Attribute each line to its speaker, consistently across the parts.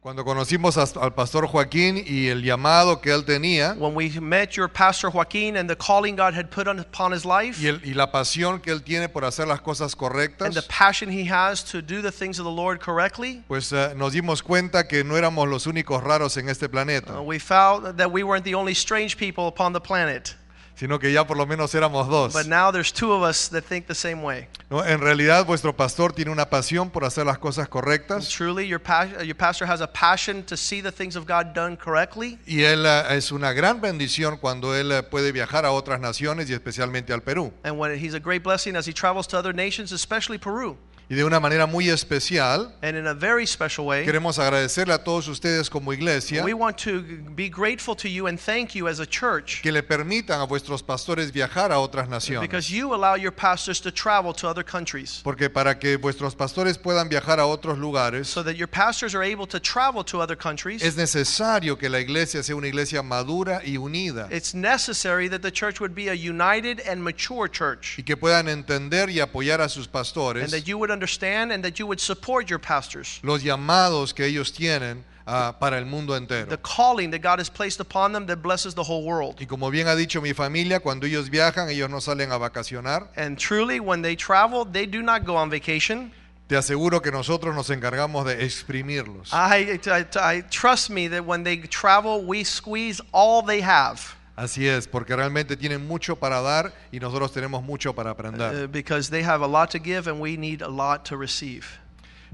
Speaker 1: Cuando conocimos a- al pastor Joaquín y el llamado que él tenía
Speaker 2: When we met your pastor Joaquin and the calling God had put on, upon his life
Speaker 1: y, el- y la pasión que él tiene por hacer las cosas
Speaker 2: and the
Speaker 1: correctas,
Speaker 2: passion he has to do the things of the Lord correctly,
Speaker 1: pues eh, nos dimos cuenta que no éramos los únicos raros en este planeta,
Speaker 2: uh, we found that we weren't the only strange people upon the planet.
Speaker 1: sino que ya por lo menos éramos dos.
Speaker 2: But now there's two of us that think the same way.
Speaker 1: No, en realidad vuestro pastor tiene una pasión por hacer las cosas correctas
Speaker 2: Truly, your, pas- uh, your pastor has a passion to see the things of God done correctly.
Speaker 1: y él eh, es una gran bendición cuando él eh, puede viajar a otras naciones y especialmente al Perú.
Speaker 2: And when he's a great blessing as he travels to other nations, especially Peru.
Speaker 1: Y de una manera muy especial,
Speaker 2: And in a very special way,
Speaker 1: queremos agradecerle a todos ustedes como iglesia
Speaker 2: we want to be grateful to you and thank you as a church
Speaker 1: que le permitan a vuestros pastores viajar a otras naciones.
Speaker 2: because you allow your pastors to travel to other countries
Speaker 1: Porque para que vuestros pastores puedan viajar a otros lugares,
Speaker 2: so that your pastors are able to travel to other countries.
Speaker 1: es necesario que la iglesia sea una iglesia madura y unida
Speaker 2: It's necessary that the church would be a united and mature church
Speaker 1: y que puedan entender y apoyar a sus
Speaker 2: and
Speaker 1: pastores
Speaker 2: that you would understand and that you would support your pastors.
Speaker 1: los llamados que ellos tienen ah, para el mundo
Speaker 2: the
Speaker 1: entero.
Speaker 2: calling that God has placed upon them that blesses the whole world.
Speaker 1: Y como bien ha dicho mi familia, cuando ellos viajan, ellos no salen a vacacionar.
Speaker 2: And truly, when they travel, they do not go on vacation.
Speaker 1: Te aseguro que nosotros nos encargamos de exprimirlos.
Speaker 2: I, I, I trust me that when they travel, we squeeze all they have
Speaker 1: Así es, porque realmente tienen mucho para dar y nosotros tenemos mucho para aprender.
Speaker 2: uh, because they have a lot to give and we need a lot to receive.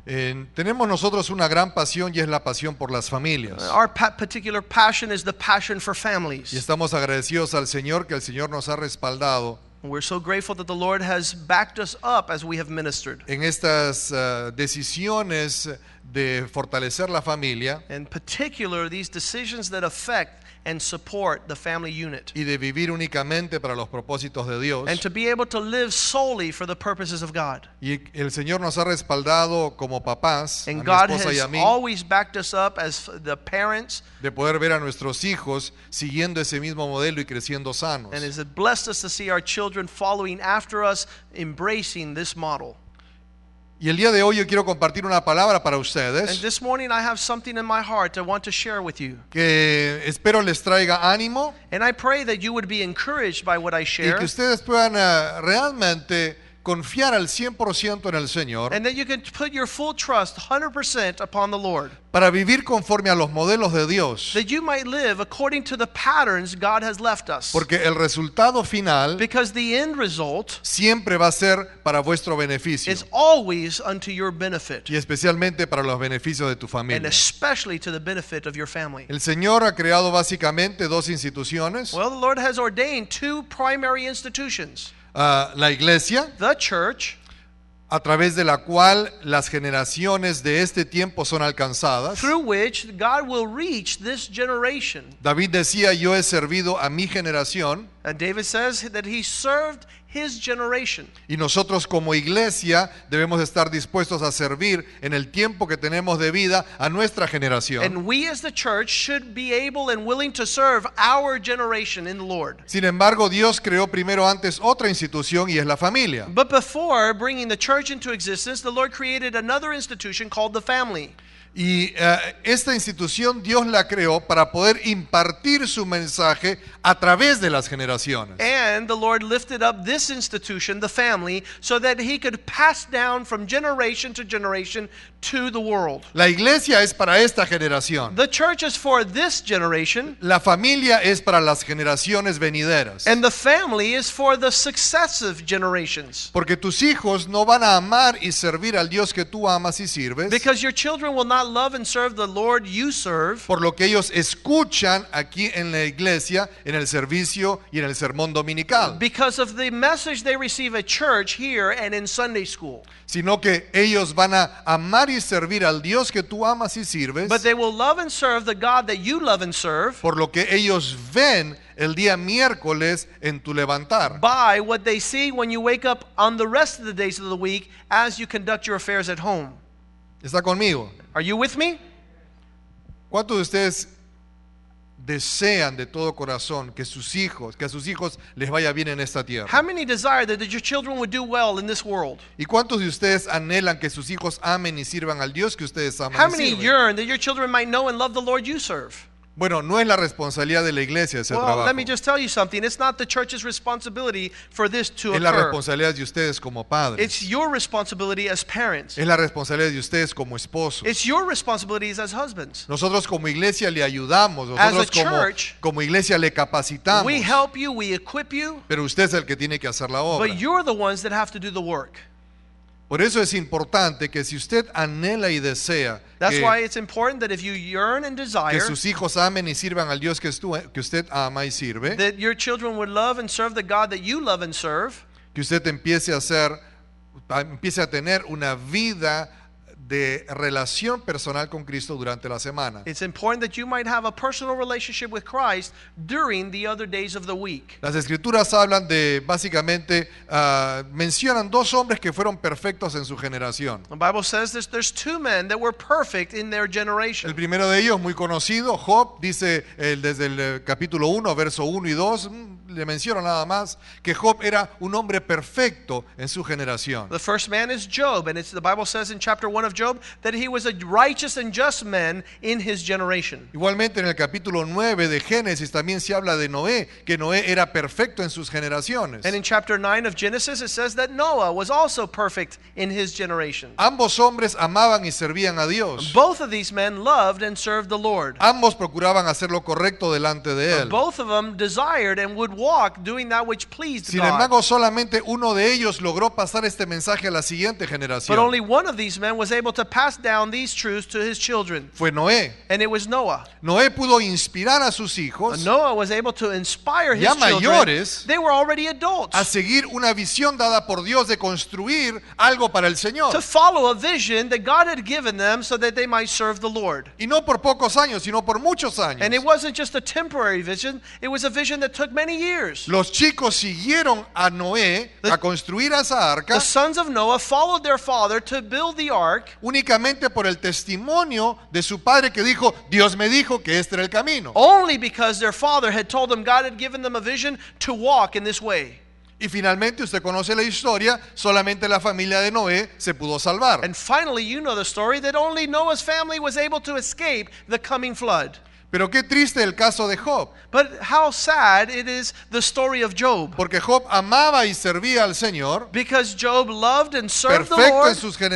Speaker 1: Eh, tenemos nosotros una gran pasión y es la pasión por las familias.
Speaker 2: Our pa- particular passion is the passion for
Speaker 1: Y
Speaker 2: families.
Speaker 1: estamos agradecidos al Señor que el Señor nos ha respaldado
Speaker 2: We're so grateful that the Lord has backed us up as we have ministered.
Speaker 1: en estas ah, decisiones de fortalecer la familia
Speaker 2: In particular, these decisions that affect and support the family unit.
Speaker 1: y de vivir únicamente para los propósitos de Dios.
Speaker 2: and to be able to live solely for the purposes of God.
Speaker 1: Y el Señor nos ha respaldado como papás, a mi
Speaker 2: And God
Speaker 1: esposa y
Speaker 2: has
Speaker 1: a mí,
Speaker 2: always backed us up as f- the parents
Speaker 1: de poder ver a nuestros hijos siguiendo ese mismo modelo y creciendo sanos.
Speaker 2: and has blessed us to see our children following after us, embracing this model.
Speaker 1: Y el día de hoy yo quiero compartir una palabra para
Speaker 2: And
Speaker 1: ustedes
Speaker 2: this morning I have something in my heart I want to share with you.
Speaker 1: que espero les traiga ánimo
Speaker 2: And I pray that you would be encouraged by what I
Speaker 1: y
Speaker 2: share
Speaker 1: que ustedes puedan ah, realmente confiar al 100% en el Señor
Speaker 2: and that you can put your full trust 100% upon the Lord,
Speaker 1: para vivir conforme a los modelos de Dios.
Speaker 2: that you might live according to the patterns God has left us.
Speaker 1: Porque el resultado final
Speaker 2: Because the end result
Speaker 1: siempre va a ser para vuestro beneficio
Speaker 2: is always unto your benefit.
Speaker 1: y especialmente para los beneficios de tu
Speaker 2: and
Speaker 1: familia.
Speaker 2: especially to the benefit of your family.
Speaker 1: El Señor ha creado básicamente dos instituciones,
Speaker 2: Well, the Lord has ordained two primary institutions
Speaker 1: ah, la iglesia,
Speaker 2: the church,
Speaker 1: a través de la cual las generaciones de este tiempo son alcanzadas.
Speaker 2: through which God will reach this generation.
Speaker 1: David decía, yo he servido a mi generación
Speaker 2: And David says that he served his generation.
Speaker 1: y nosotros como iglesia debemos estar dispuestos a servir en el tiempo que tenemos de vida a nuestra generación.
Speaker 2: And we as the church should be able and willing to serve our generation in the Lord.
Speaker 1: Sin embargo, Dios creó primero antes otra institución y es la familia.
Speaker 2: But before bringing the church into existence, the Lord created another institution called the family.
Speaker 1: Y eh, esta institución Dios la creó para poder impartir su mensaje a través de las generaciones.
Speaker 2: And the Lord lifted up this institution, the family, so that he could pass down from generation to generation to the world.
Speaker 1: La iglesia es para esta generación.
Speaker 2: The church is for this generation,
Speaker 1: La familia es para las generaciones venideras.
Speaker 2: and the family is for the successive generations.
Speaker 1: Porque tus hijos no van a amar y servir al Dios que tú amas y sirves,
Speaker 2: Because your children will not love and serve the Lord you serve
Speaker 1: por lo que ellos escuchan aquí en la iglesia, en el servicio y en el sermón dominical,
Speaker 2: because of the message they receive at church here and in Sunday school.
Speaker 1: sino que ellos van a amar y servir al Dios que tú amas y sirves,
Speaker 2: But they will love and serve the God that you love and serve
Speaker 1: por lo que ellos ven el día miércoles en tu levantar.
Speaker 2: by what they see when you wake up on the rest of the days of the week as you conduct your affairs at home.
Speaker 1: ¿Está conmigo?
Speaker 2: Are you with me?
Speaker 1: ¿Cuántos de ustedes desean de todo corazón que sus hijos, que a sus hijos les vaya bien en esta tierra?
Speaker 2: How many desire that, that your children would do well in this world?
Speaker 1: ¿Y cuántos de ustedes anhelan que sus hijos amen y sirvan al Dios que ustedes aman?
Speaker 2: How
Speaker 1: y
Speaker 2: many
Speaker 1: sirven?
Speaker 2: yearn that your children might know and love the Lord you serve?
Speaker 1: Bueno, no es la responsabilidad de la iglesia ese
Speaker 2: Well,
Speaker 1: trabajo.
Speaker 2: let me just tell you something. It's not the church's responsibility for this to
Speaker 1: Es la
Speaker 2: occur.
Speaker 1: responsabilidad de ustedes como padres.
Speaker 2: It's your responsibility as parents.
Speaker 1: Es la responsabilidad de ustedes como esposos.
Speaker 2: It's your responsibilities as husbands.
Speaker 1: Nosotros como iglesia le ayudamos,
Speaker 2: As a
Speaker 1: nosotros como,
Speaker 2: church,
Speaker 1: como iglesia le capacitamos,
Speaker 2: We help you, we equip you,
Speaker 1: pero usted es el que tiene que hacer la obra.
Speaker 2: but you're the ones that have to do the work.
Speaker 1: Por eso es importante que si usted anhela y desea
Speaker 2: That's why
Speaker 1: que,
Speaker 2: it's important that if you yearn and
Speaker 1: que
Speaker 2: desire
Speaker 1: sus hijos amen y sirvan al Dios que, estu- que usted ama y sirve,
Speaker 2: that your children would love and serve the God that you love and serve,
Speaker 1: que usted empiece a hacer, a- empiece a tener una vida de relación personal con Cristo durante la semana.
Speaker 2: it's important that you might have a personal relationship with Christ during the other days of the week.
Speaker 1: Las escrituras hablan de, básicamente, ah, mencionan dos hombres que fueron perfectos en su generación.
Speaker 2: The Bible says this, there's two men that were perfect in their
Speaker 1: El
Speaker 2: generation.
Speaker 1: primero de ellos, muy conocido, Job, dice eh, desde el eh, capítulo 1, verso 1 y 2, mm, le menciono nada más, que Job era un hombre perfecto en su generación.
Speaker 2: The first man is Job, and it's the Bible says in chapter 1 of Job that he was a righteous and just man in his generation.
Speaker 1: Igualmente en el capítulo 9 de Génesis también se habla de Noé, que Noé era perfecto en sus generaciones.
Speaker 2: And in chapter 9 of Genesis, it says that Noah was also perfect in his generation.
Speaker 1: Ambos hombres amaban y servían a Dios.
Speaker 2: Both of these men loved and served the Lord.
Speaker 1: Ambos procuraban hacer lo correcto delante de él.
Speaker 2: Both of them desired and would walk doing that which pleased
Speaker 1: Sin
Speaker 2: God.
Speaker 1: embargo, solamente uno de ellos logró pasar este mensaje a la siguiente
Speaker 2: But
Speaker 1: generación.
Speaker 2: only one of these men was able to pass down these truths to his children,
Speaker 1: Fue Noé.
Speaker 2: and it was Noah.
Speaker 1: Noé pudo inspirar a sus hijos
Speaker 2: Noah was able to inspire his
Speaker 1: Ya
Speaker 2: children.
Speaker 1: mayores.
Speaker 2: They were already
Speaker 1: a
Speaker 2: adults
Speaker 1: seguir una visión dada por Dios de construir algo para el
Speaker 2: to
Speaker 1: Señor.
Speaker 2: follow a vision that God had given them so that they might serve the Lord.
Speaker 1: Y no por pocos años, sino por muchos
Speaker 2: And it
Speaker 1: años.
Speaker 2: wasn't just a temporary vision, it was a vision that took many years.
Speaker 1: Los chicos siguieron a Noé
Speaker 2: The-
Speaker 1: a construir esa arca
Speaker 2: The sons of Noah followed their father to build the ark
Speaker 1: únicamente por el testimonio de su padre que dijo, Dios me dijo que este era el camino.
Speaker 2: only because their father had told them God had given them a vision to walk in this way.
Speaker 1: Y finalmente usted conoce la historia, solamente la familia de Noé se pudo salvar.
Speaker 2: And finally, you know the story that only Noah's family was able to escape the coming flood.
Speaker 1: Pero qué triste el caso de Job,
Speaker 2: But how sad it is the story of Job.
Speaker 1: porque Job amaba y servía al Señor,
Speaker 2: Because Job loved and served the
Speaker 1: perfecto en
Speaker 2: Lord,
Speaker 1: sus
Speaker 2: he was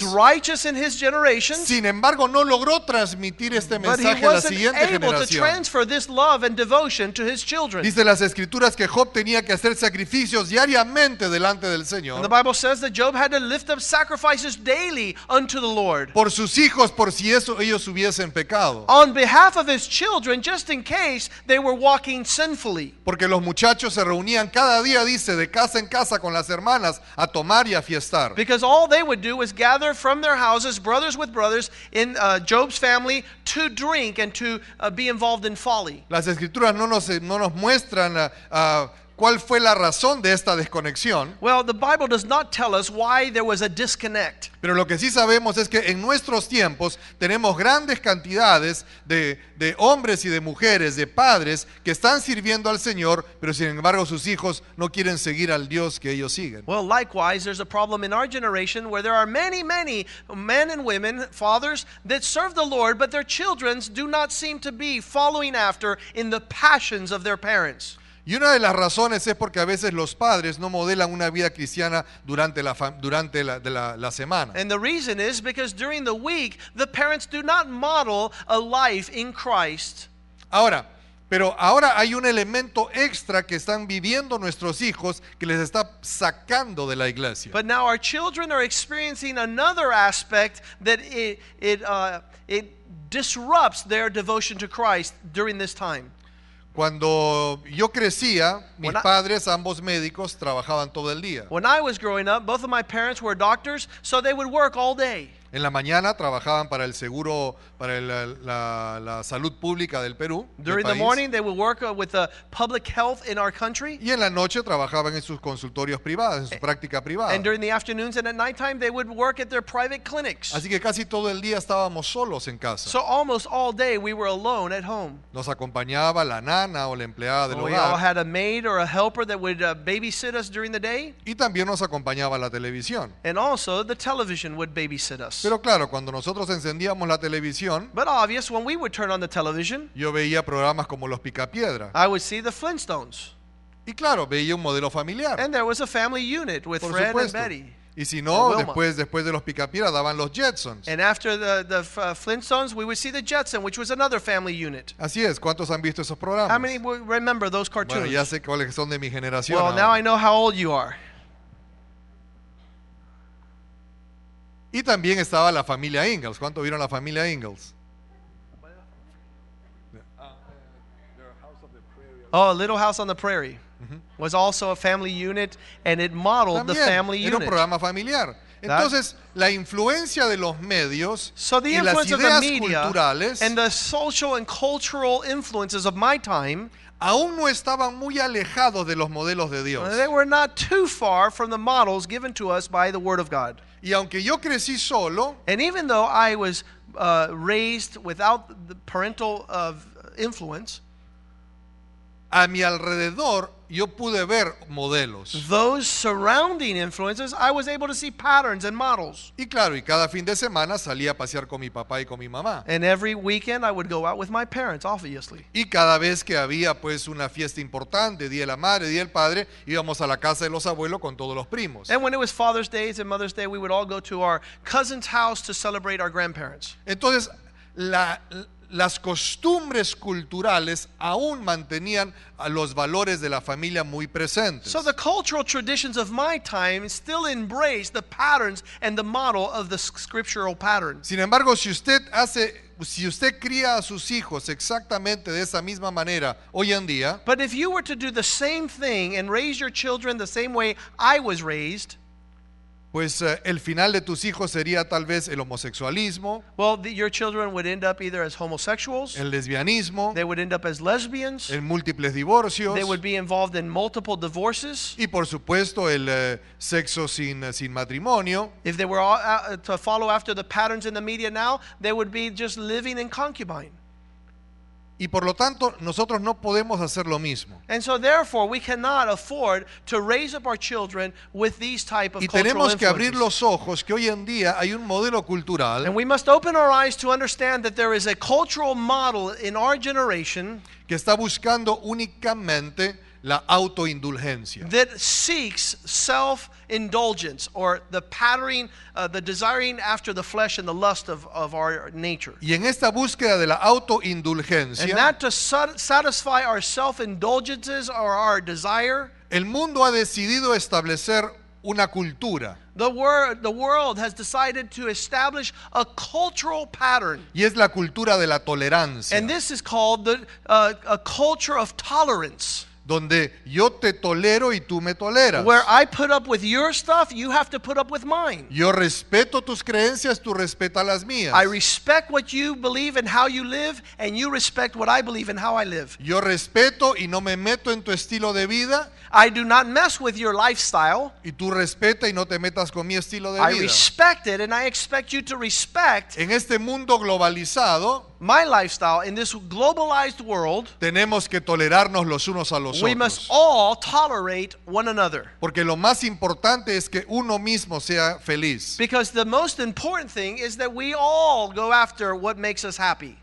Speaker 1: generaciones,
Speaker 2: righteous in his generations,
Speaker 1: Sin embargo, no logró transmitir este
Speaker 2: but he
Speaker 1: mensaje a la
Speaker 2: wasn't
Speaker 1: siguiente
Speaker 2: able to
Speaker 1: generación.
Speaker 2: transfer this love and devotion to his children.
Speaker 1: Dice las escrituras que Job tenía que hacer sacrificios diariamente delante del
Speaker 2: And the
Speaker 1: Señor
Speaker 2: Bible says that Job had to lift up sacrifices daily unto the Lord
Speaker 1: por sus hijos, por si eso ellos hubiesen pecado.
Speaker 2: on behalf of his children, just in case they were walking sinfully.
Speaker 1: Porque los muchachos se reunían cada día, dice, de casa en casa con las hermanas a tomar y a fiestar.
Speaker 2: Because all they would do was gather from their houses, brothers with brothers, in uh, Job's family to drink and to uh, be involved in folly.
Speaker 1: Las escrituras no nos, no nos muestran ah, ah, cuál fue la razón de esta desconexión,
Speaker 2: Well, the Bible does not tell us why there was a disconnect.
Speaker 1: pero lo que sí sabemos es que en nuestros tiempos tenemos grandes cantidades de, de hombres y de mujeres, de padres que están sirviendo al Señor, pero sin embargo sus hijos no quieren seguir al Dios que ellos siguen.
Speaker 2: Well, likewise, there's a problem in our generation where there are many, many men and women, fathers, that serve the Lord, but their children do not seem to be following after in the passions of their parents.
Speaker 1: Y una de las razones es porque a veces los padres no modelan una vida cristiana durante la, fam- durante la- de la- la semana.
Speaker 2: And the reason is because during the week, the parents do not model a life in Christ.
Speaker 1: Ahora, pero ahora hay un elemento extra que están viviendo nuestros hijos que les está sacando de la iglesia.
Speaker 2: But now our children are experiencing another aspect that it, it, uh, it disrupts their devotion to Christ during this time.
Speaker 1: Cuando yo crecía, mis
Speaker 2: Buena-
Speaker 1: padres, ambos médicos, trabajaban todo el día.
Speaker 2: When I was growing up, both of my parents were doctors, so they would work all day.
Speaker 1: En la mañana trabajaban para el seguro, para el- la, la- la salud pública del Perú. del
Speaker 2: During the
Speaker 1: país.
Speaker 2: morning, they would work uh, with the public health in our country.
Speaker 1: Y en la noche trabajaban en sus consultorios privados, en su práctica privada.
Speaker 2: Eh, And during the afternoons and at nighttime, they would work at their private clinics.
Speaker 1: Así que casi todo el día estábamos solos en casa.
Speaker 2: So almost all day, we were alone at home.
Speaker 1: Nos acompañaba la nana o la empleada del
Speaker 2: Oh, we all
Speaker 1: hogar.
Speaker 2: had a maid or a helper that would uh, babysit us during the day.
Speaker 1: Y también nos acompañaba la televisión.
Speaker 2: And also, the television would babysit us.
Speaker 1: Pero claro, cuando nosotros encendíamos la televisión,
Speaker 2: But obvious, when we would turn on the television,
Speaker 1: yo veía programas como Los Picapiedra.
Speaker 2: I would see the Flintstones.
Speaker 1: Y claro, veía un modelo familiar.
Speaker 2: And there was a family unit with
Speaker 1: Por
Speaker 2: Fred and
Speaker 1: supuesto.
Speaker 2: Betty.
Speaker 1: Y si no,
Speaker 2: Wilma.
Speaker 1: después, después de Los Picapiedra daban los Jetsons.
Speaker 2: And after the, the uh, Flintstones, we would see the Jetson, which was another family unit.
Speaker 1: Así es, ¿cuántos han visto esos
Speaker 2: How many
Speaker 1: programas?
Speaker 2: w- remember those
Speaker 1: Bueno,
Speaker 2: cartoons?
Speaker 1: ya sé cuáles son de mi generación.
Speaker 2: well, now
Speaker 1: ahora.
Speaker 2: I know how old you are.
Speaker 1: Y también estaba la familia Ingalls. ¿Cuánto vieron la familia Ingalls? Mm-hmm.
Speaker 2: Oh, Little House on the Prairie was also a family unit, and it modeled the
Speaker 1: También
Speaker 2: family
Speaker 1: era un
Speaker 2: unit.
Speaker 1: programa familiar. Entonces, la influencia de los medios
Speaker 2: So the
Speaker 1: y las
Speaker 2: influence of the
Speaker 1: ideas
Speaker 2: media
Speaker 1: culturales
Speaker 2: and the social and cultural influences of my time,
Speaker 1: aún no estaban muy alejados de los modelos de Dios.
Speaker 2: they were not too far from the models given to us by the Word of God.
Speaker 1: Y aunque yo crecí solo,
Speaker 2: And even though I was uh, raised without the parental uh, influence,
Speaker 1: a mi alrededor yo pude ver modelos.
Speaker 2: those surrounding influences, I was able to see patterns and models.
Speaker 1: Y claro, y cada fin de semana salía a pasear con mi papá y con mi mamá.
Speaker 2: And every weekend, I would go out with my parents, obviously.
Speaker 1: Y cada vez que había pues una fiesta importante, Día de la Madre, Día del Padre, íbamos a la casa de los abuelos con todos los primos.
Speaker 2: And when it was Father's Days and Mother's Day, we would all go to our cousin's house to celebrate our grandparents.
Speaker 1: Entonces, la- las costumbres culturales aún mantenían a los valores de la familia muy presentes.
Speaker 2: So the cultural traditions of my time still embrace the patterns and the model of the s- scriptural patterns.
Speaker 1: Sin embargo, si usted hace, si usted cría a sus hijos exactamente de esa misma manera hoy en día,
Speaker 2: But if you were to do the same thing and raise your children the same way I was raised,
Speaker 1: pues eh, el final de tus hijos sería tal vez el homosexualismo,
Speaker 2: well, the, your children would end up either as homosexuals,
Speaker 1: el lesbianismo,
Speaker 2: they would end up as lesbians,
Speaker 1: en múltiples divorcios.
Speaker 2: they would be involved in multiple divorces.
Speaker 1: Y por supuesto el eh, sexo sin, eh, sin matrimonio.
Speaker 2: If they were all uh, to follow after the patterns in the media now, they would be just living in concubine.
Speaker 1: Y por lo tanto nosotros no podemos hacer lo mismo.
Speaker 2: And so therefore we cannot afford to raise up our children with these type of
Speaker 1: Y
Speaker 2: cultural
Speaker 1: tenemos que abrir
Speaker 2: influences.
Speaker 1: los ojos que hoy en día hay un modelo cultural
Speaker 2: And we must open our eyes to understand that there is a cultural model in our generation
Speaker 1: que está buscando únicamente la autoindulgencia.
Speaker 2: that seeks self-indulgence or the patterning, uh, the desiring after the flesh and the lust of, of our nature.
Speaker 1: Y en esta búsqueda de la
Speaker 2: And
Speaker 1: autoindulgencia,
Speaker 2: not to sat- satisfy our self-indulgences or our desire.
Speaker 1: el mundo ha decidido establecer una cultura.
Speaker 2: The, wor- the world has decided to establish a cultural pattern.
Speaker 1: Y es la cultura de la tolerancia,
Speaker 2: And this is called the, uh, a culture of tolerance,
Speaker 1: donde yo te tolero y tú me toleras.
Speaker 2: where I put up with your stuff, you have to put up with mine.
Speaker 1: Yo respeto tus creencias, tú respetas las mías.
Speaker 2: I respect what you believe and how you live, and you respect what I believe and how I live.
Speaker 1: Yo respeto y no me meto en tu estilo de vida
Speaker 2: I do not mess with your lifestyle.
Speaker 1: y tú respeta y no te metas con mi estilo de
Speaker 2: I
Speaker 1: vida.
Speaker 2: respect it, and I expect you to respect
Speaker 1: En este mundo globalizado
Speaker 2: my lifestyle. In this globalized world,
Speaker 1: tenemos que tolerarnos los unos a los
Speaker 2: we must
Speaker 1: otros.
Speaker 2: all tolerate one another.
Speaker 1: Porque lo más importante es que uno mismo sea feliz.
Speaker 2: Because the most important thing is that we all go after what makes us happy.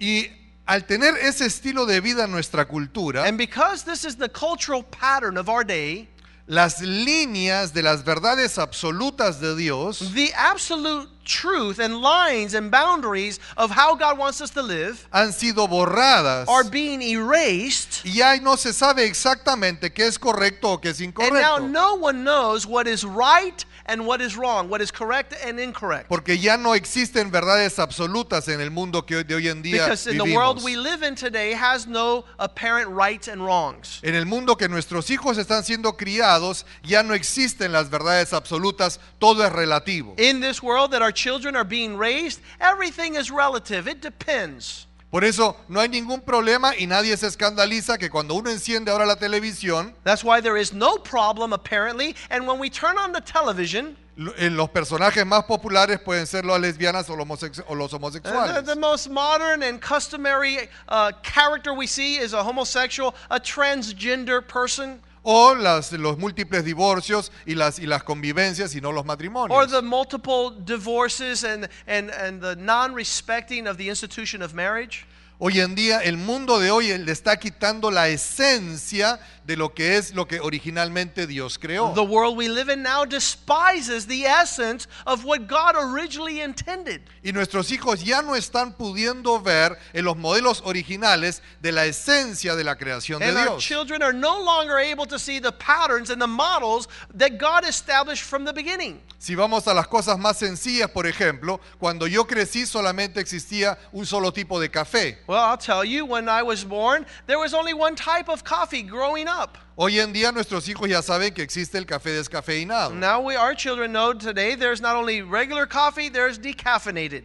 Speaker 1: Y al tener ese estilo de vida en nuestra cultura,
Speaker 2: And because this is the cultural pattern of our day,
Speaker 1: las líneas de las verdades absolutas de Dios
Speaker 2: the absolute truth and lines and boundaries of how God wants us to live
Speaker 1: han sido borradas
Speaker 2: are being erased.
Speaker 1: y ya no se sabe exactamente qué es correcto o qué es
Speaker 2: And now
Speaker 1: incorrecto.
Speaker 2: no one knows what is right and what is wrong, what is correct and incorrect.
Speaker 1: Porque ya no existen verdades absolutas en el mundo que hoy- de hoy en día
Speaker 2: Because in the world
Speaker 1: vivimos.
Speaker 2: we live in today has no apparent rights and wrongs.
Speaker 1: En el mundo que nuestros hijos están siendo criados, ya no existen las verdades absolutas, todo es relativo.
Speaker 2: In this world that our children are being raised, everything is relative. It depends.
Speaker 1: Por eso no hay ningún problema y nadie se escandaliza que cuando uno enciende ahora la televisión,
Speaker 2: That's why there is no problem apparently, and when we turn on the television,
Speaker 1: lo- eh, los personajes más populares pueden ser las lesbianas o los, homosex- o los
Speaker 2: The,
Speaker 1: homosexuales.
Speaker 2: the most modern and customary uh, character we see is a homosexual, a transgender person,
Speaker 1: O las, los múltiples divorcios y las, y las convivencias y no los
Speaker 2: or
Speaker 1: matrimonios.
Speaker 2: the multiple divorces and, and, and the non respecting of the institution of marriage.
Speaker 1: Hoy en día el mundo de hoy le está quitando la esencia de lo que es lo que originalmente Dios creó.
Speaker 2: The world we live in now despises the essence of what God originally intended.
Speaker 1: Y nuestros hijos ya no están pudiendo ver en los modelos originales de la esencia de la creación de
Speaker 2: And our
Speaker 1: Dios.
Speaker 2: children are no longer able to see the patterns and the models that God established from the beginning.
Speaker 1: Si vamos a las cosas más sencillas, por ejemplo, cuando yo crecí solamente existía un solo tipo de café.
Speaker 2: Well, I'll tell you, when I was born, there was only one type of coffee growing up.
Speaker 1: Hoy en día nuestros hijos ya saben que existe el café descafeinado.
Speaker 2: Now we our children know today there's not only regular coffee, there's decaffeinated.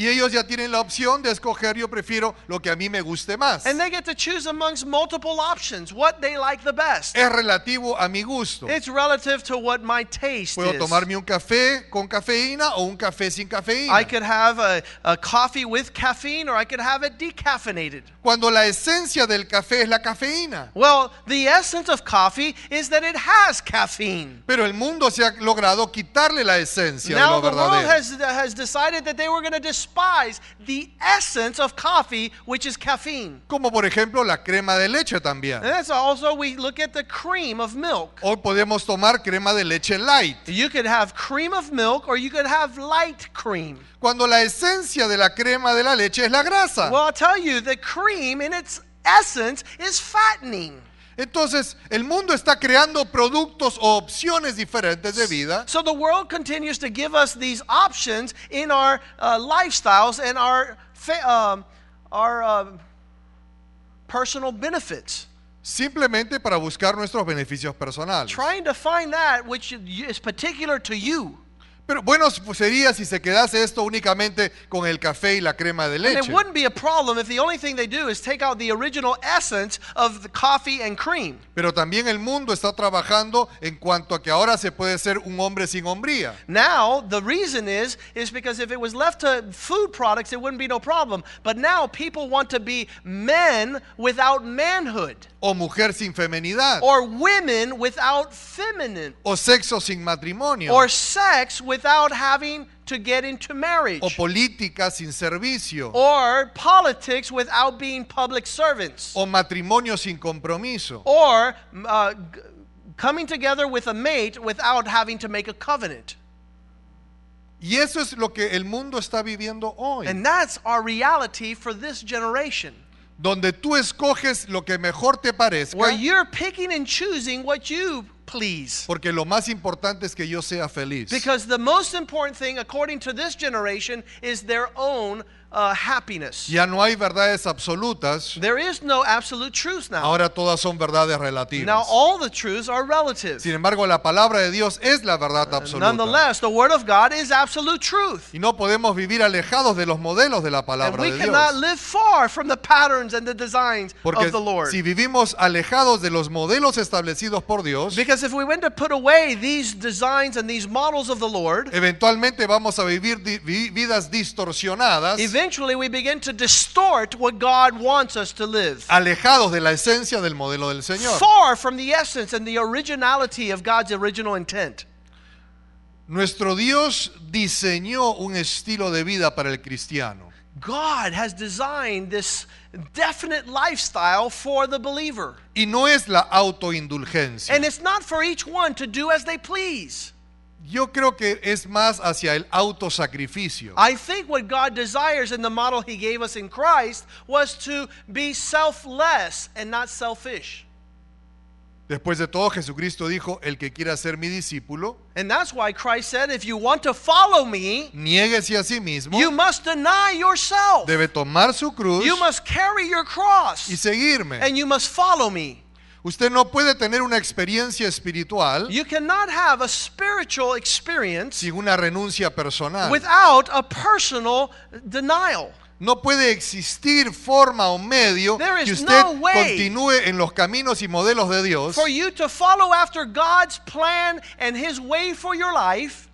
Speaker 1: Y ellos ya tienen la opción de escoger, yo prefiero lo que a mí me guste más.
Speaker 2: And they get to choose amongst multiple options what they like the best.
Speaker 1: Es relativo a mi gusto.
Speaker 2: It's relative to what my taste
Speaker 1: Puedo
Speaker 2: is.
Speaker 1: tomarme un café con cafeína o un café sin
Speaker 2: I
Speaker 1: cafeína.
Speaker 2: could have a, a coffee with caffeine or I could have it decaffeinated.
Speaker 1: Cuando la esencia del café es la cafeína.
Speaker 2: Well, the essence of coffee is that it has caffeine.
Speaker 1: Pero el mundo se ha logrado quitarle la esencia de lo
Speaker 2: Now the world
Speaker 1: verdadero.
Speaker 2: has, uh, has decided that they were going to despise the essence of coffee, which is caffeine.
Speaker 1: Como por ejemplo la crema de leche también.
Speaker 2: And that's also, we look at the cream of milk.
Speaker 1: Hoy podemos tomar crema de leche light.
Speaker 2: You could have cream of milk or you could have light cream.
Speaker 1: Cuando la esencia de la crema de la leche es la grasa.
Speaker 2: Well, I'll tell you, the cream in its essence is fattening.
Speaker 1: Entonces el mundo está creando productos o opciones diferentes de vida.
Speaker 2: So the world continues to give us these options in our uh, lifestyles and our, fa- um, our um personal benefits.
Speaker 1: Simplemente para buscar nuestros beneficios personales.
Speaker 2: Trying to find that which is particular to you.
Speaker 1: Pero bueno pues, sería si se quedase esto únicamente con el café y la crema de
Speaker 2: And it
Speaker 1: leche.
Speaker 2: wouldn't be a problem if the only thing they do is take out the original essence of the coffee and cream.
Speaker 1: Pero también el mundo está trabajando en cuanto a que ahora se puede ser un hombre sin hombría.
Speaker 2: Now the reason is is because if it was left to food products, it wouldn't be no problem. But now people want to be men without manhood,
Speaker 1: o mujer sin femenidad,
Speaker 2: or women without feminine,
Speaker 1: o sexo sin matrimonio,
Speaker 2: or sex without having to get into
Speaker 1: o
Speaker 2: marriage,
Speaker 1: política sin servicio,
Speaker 2: or politics without being public servants,
Speaker 1: o matrimonio sin compromiso.
Speaker 2: or uh, g- coming together with a mate without having to make a covenant.
Speaker 1: Y eso es lo que el mundo está viviendo hoy,
Speaker 2: And that's our reality for this generation.
Speaker 1: donde tú escoges lo que mejor te parezca,
Speaker 2: where you're picking and choosing what you please.
Speaker 1: porque lo más importante es que yo sea feliz.
Speaker 2: Because the most important thing, according to this generation, is their own uh, happiness.
Speaker 1: Ya no hay verdades absolutas,
Speaker 2: There is no absolute truth now.
Speaker 1: ahora todas son verdades
Speaker 2: Now,
Speaker 1: relativas.
Speaker 2: all the truths are relative.
Speaker 1: Sin embargo, la palabra de Dios es la verdad absoluta.
Speaker 2: Uh, Nonetheless, the Word of God is absolute truth.
Speaker 1: Y no podemos vivir alejados de los modelos de la
Speaker 2: And
Speaker 1: palabra
Speaker 2: we
Speaker 1: de
Speaker 2: cannot
Speaker 1: Dios.
Speaker 2: live far from the patterns and the designs
Speaker 1: Porque
Speaker 2: of the Lord.
Speaker 1: si vivimos alejados de los modelos establecidos por Dios,
Speaker 2: Because if we went to put away these designs and these models of the Lord,
Speaker 1: eventualmente vamos a vivir di- vi- vidas distorsionadas,
Speaker 2: eventually we begin to distort what God wants us to live.
Speaker 1: alejados de la esencia del modelo del Ah, Señor.
Speaker 2: far from the essence and the originality of God's original intent.
Speaker 1: Nuestro Dios diseñó un estilo de vida para el cristiano.
Speaker 2: God has designed this definite lifestyle for the believer.
Speaker 1: Y no es la autoindulgencia.
Speaker 2: And it's not for each one to do as they please.
Speaker 1: Yo creo que es más hacia el autosacrificio.
Speaker 2: I think what God desires in the model He gave us in Christ was to be selfless and not selfish.
Speaker 1: Después de todo, Jesucristo dijo, el que quiera ser mi discípulo,
Speaker 2: And that's why Christ said, if you want to follow me,
Speaker 1: niéguese a sí mismo,
Speaker 2: you must deny yourself.
Speaker 1: debe tomar su cruz
Speaker 2: You must carry your
Speaker 1: y
Speaker 2: cross.
Speaker 1: seguirme.
Speaker 2: And you must follow me.
Speaker 1: Usted no puede tener una experiencia espiritual
Speaker 2: You cannot have a spiritual experience
Speaker 1: sin una renuncia personal.
Speaker 2: without a personal denial.
Speaker 1: No puede existir forma o medio
Speaker 2: There
Speaker 1: que
Speaker 2: is
Speaker 1: usted
Speaker 2: no way.
Speaker 1: continúe en los caminos y modelos de Dios
Speaker 2: For you to follow after God's plan and His way for your life,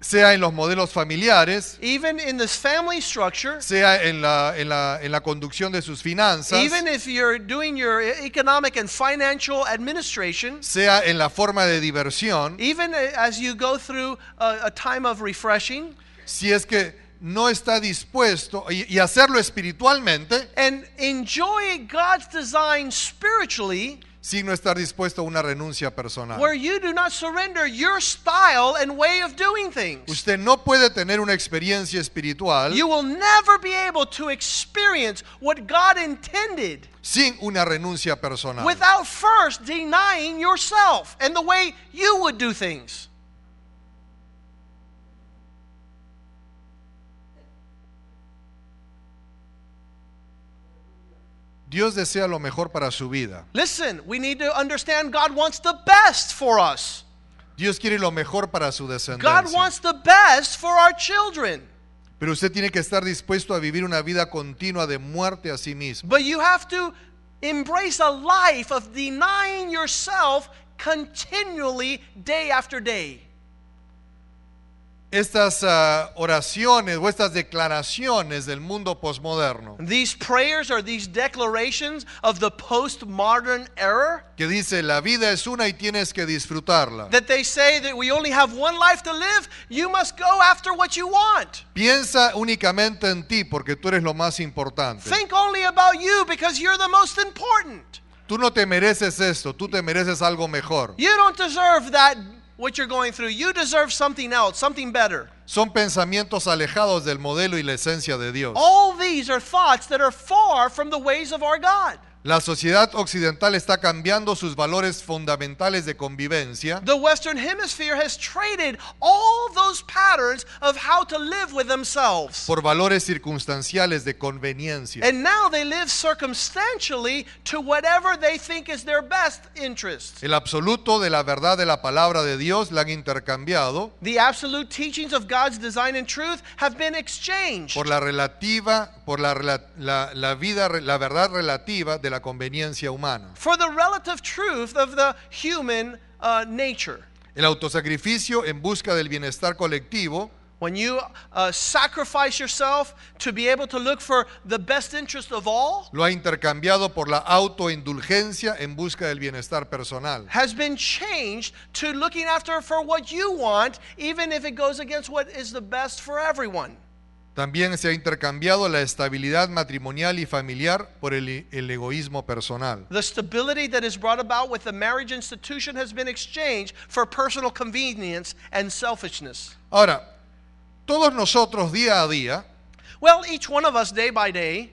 Speaker 1: sea en los modelos familiares,
Speaker 2: even in this family structure,
Speaker 1: sea en la, en la- en la conducción de sus finanzas,
Speaker 2: even if you're doing your e, economic and financial administration,
Speaker 1: sea en la forma de diversión,
Speaker 2: even as you go through a, a time of refreshing,
Speaker 1: si es que no está dispuesto y, y hacerlo espiritualmente
Speaker 2: and enjoying God's design spiritually,
Speaker 1: sin no estar dispuesto a una renuncia personal.
Speaker 2: where you do not surrender your style and way of doing things.
Speaker 1: Usted no puede tener una experiencia espiritual
Speaker 2: You will never be able to experience what God intended
Speaker 1: sin una renuncia personal.
Speaker 2: without first denying yourself and the way you would do things.
Speaker 1: Dios desea lo mejor para su vida.
Speaker 2: Listen, we need to understand God wants the best for us.
Speaker 1: Dios quiere lo mejor para su
Speaker 2: God
Speaker 1: descendencia.
Speaker 2: wants the best for our children.
Speaker 1: Pero usted tiene que estar dispuesto a vivir una vida continua de muerte a sí mismo.
Speaker 2: But you have to embrace a life of denying yourself continually, day after day.
Speaker 1: Estas ah, oraciones o estas declaraciones del mundo posmoderno
Speaker 2: These prayers are these declarations of the postmodern error
Speaker 1: que dice la vida es una y tienes que disfrutarla.
Speaker 2: that they say that we only have one life to live. You must go after what you want.
Speaker 1: Piensa únicamente en ti porque tú eres lo más importante.
Speaker 2: Think only about you because you're the most important.
Speaker 1: Tú no te mereces esto, tú te mereces algo mejor.
Speaker 2: You don't deserve that, what you're going through. You deserve something else, something better.
Speaker 1: Son pensamientos alejados del modelo y la esencia de Dios.
Speaker 2: All these are thoughts that are far from the ways of our God.
Speaker 1: La sociedad occidental está cambiando sus valores fundamentales de convivencia
Speaker 2: The Western Hemisphere has traded all those patterns of how to live with themselves.
Speaker 1: por valores circunstanciales de conveniencia.
Speaker 2: And now they live circumstantially to whatever they think is their best interest.
Speaker 1: El absoluto de la verdad de la palabra de Dios la han intercambiado
Speaker 2: The absolute teachings of God's design and truth have been exchanged
Speaker 1: por la relativa, por la, rela- la- la vida, re- la verdad relativa de la conveniencia humana.
Speaker 2: for the relative truth of the human uh, nature.
Speaker 1: El autosacrificio en busca del bienestar colectivo
Speaker 2: When you uh, sacrifice yourself to be able to look for the best interest of all,
Speaker 1: lo ha intercambiado por la autoindulgencia en busca del bienestar personal.
Speaker 2: has been changed to looking after for what you want, even if it goes against what is the best for everyone.
Speaker 1: También se ha intercambiado la estabilidad matrimonial y familiar por el, el egoísmo personal.
Speaker 2: The stability that is brought about with the marriage institution has been exchanged for personal convenience and selfishness.
Speaker 1: Ahora, todos nosotros día a día,
Speaker 2: Well, each one of us, day by day,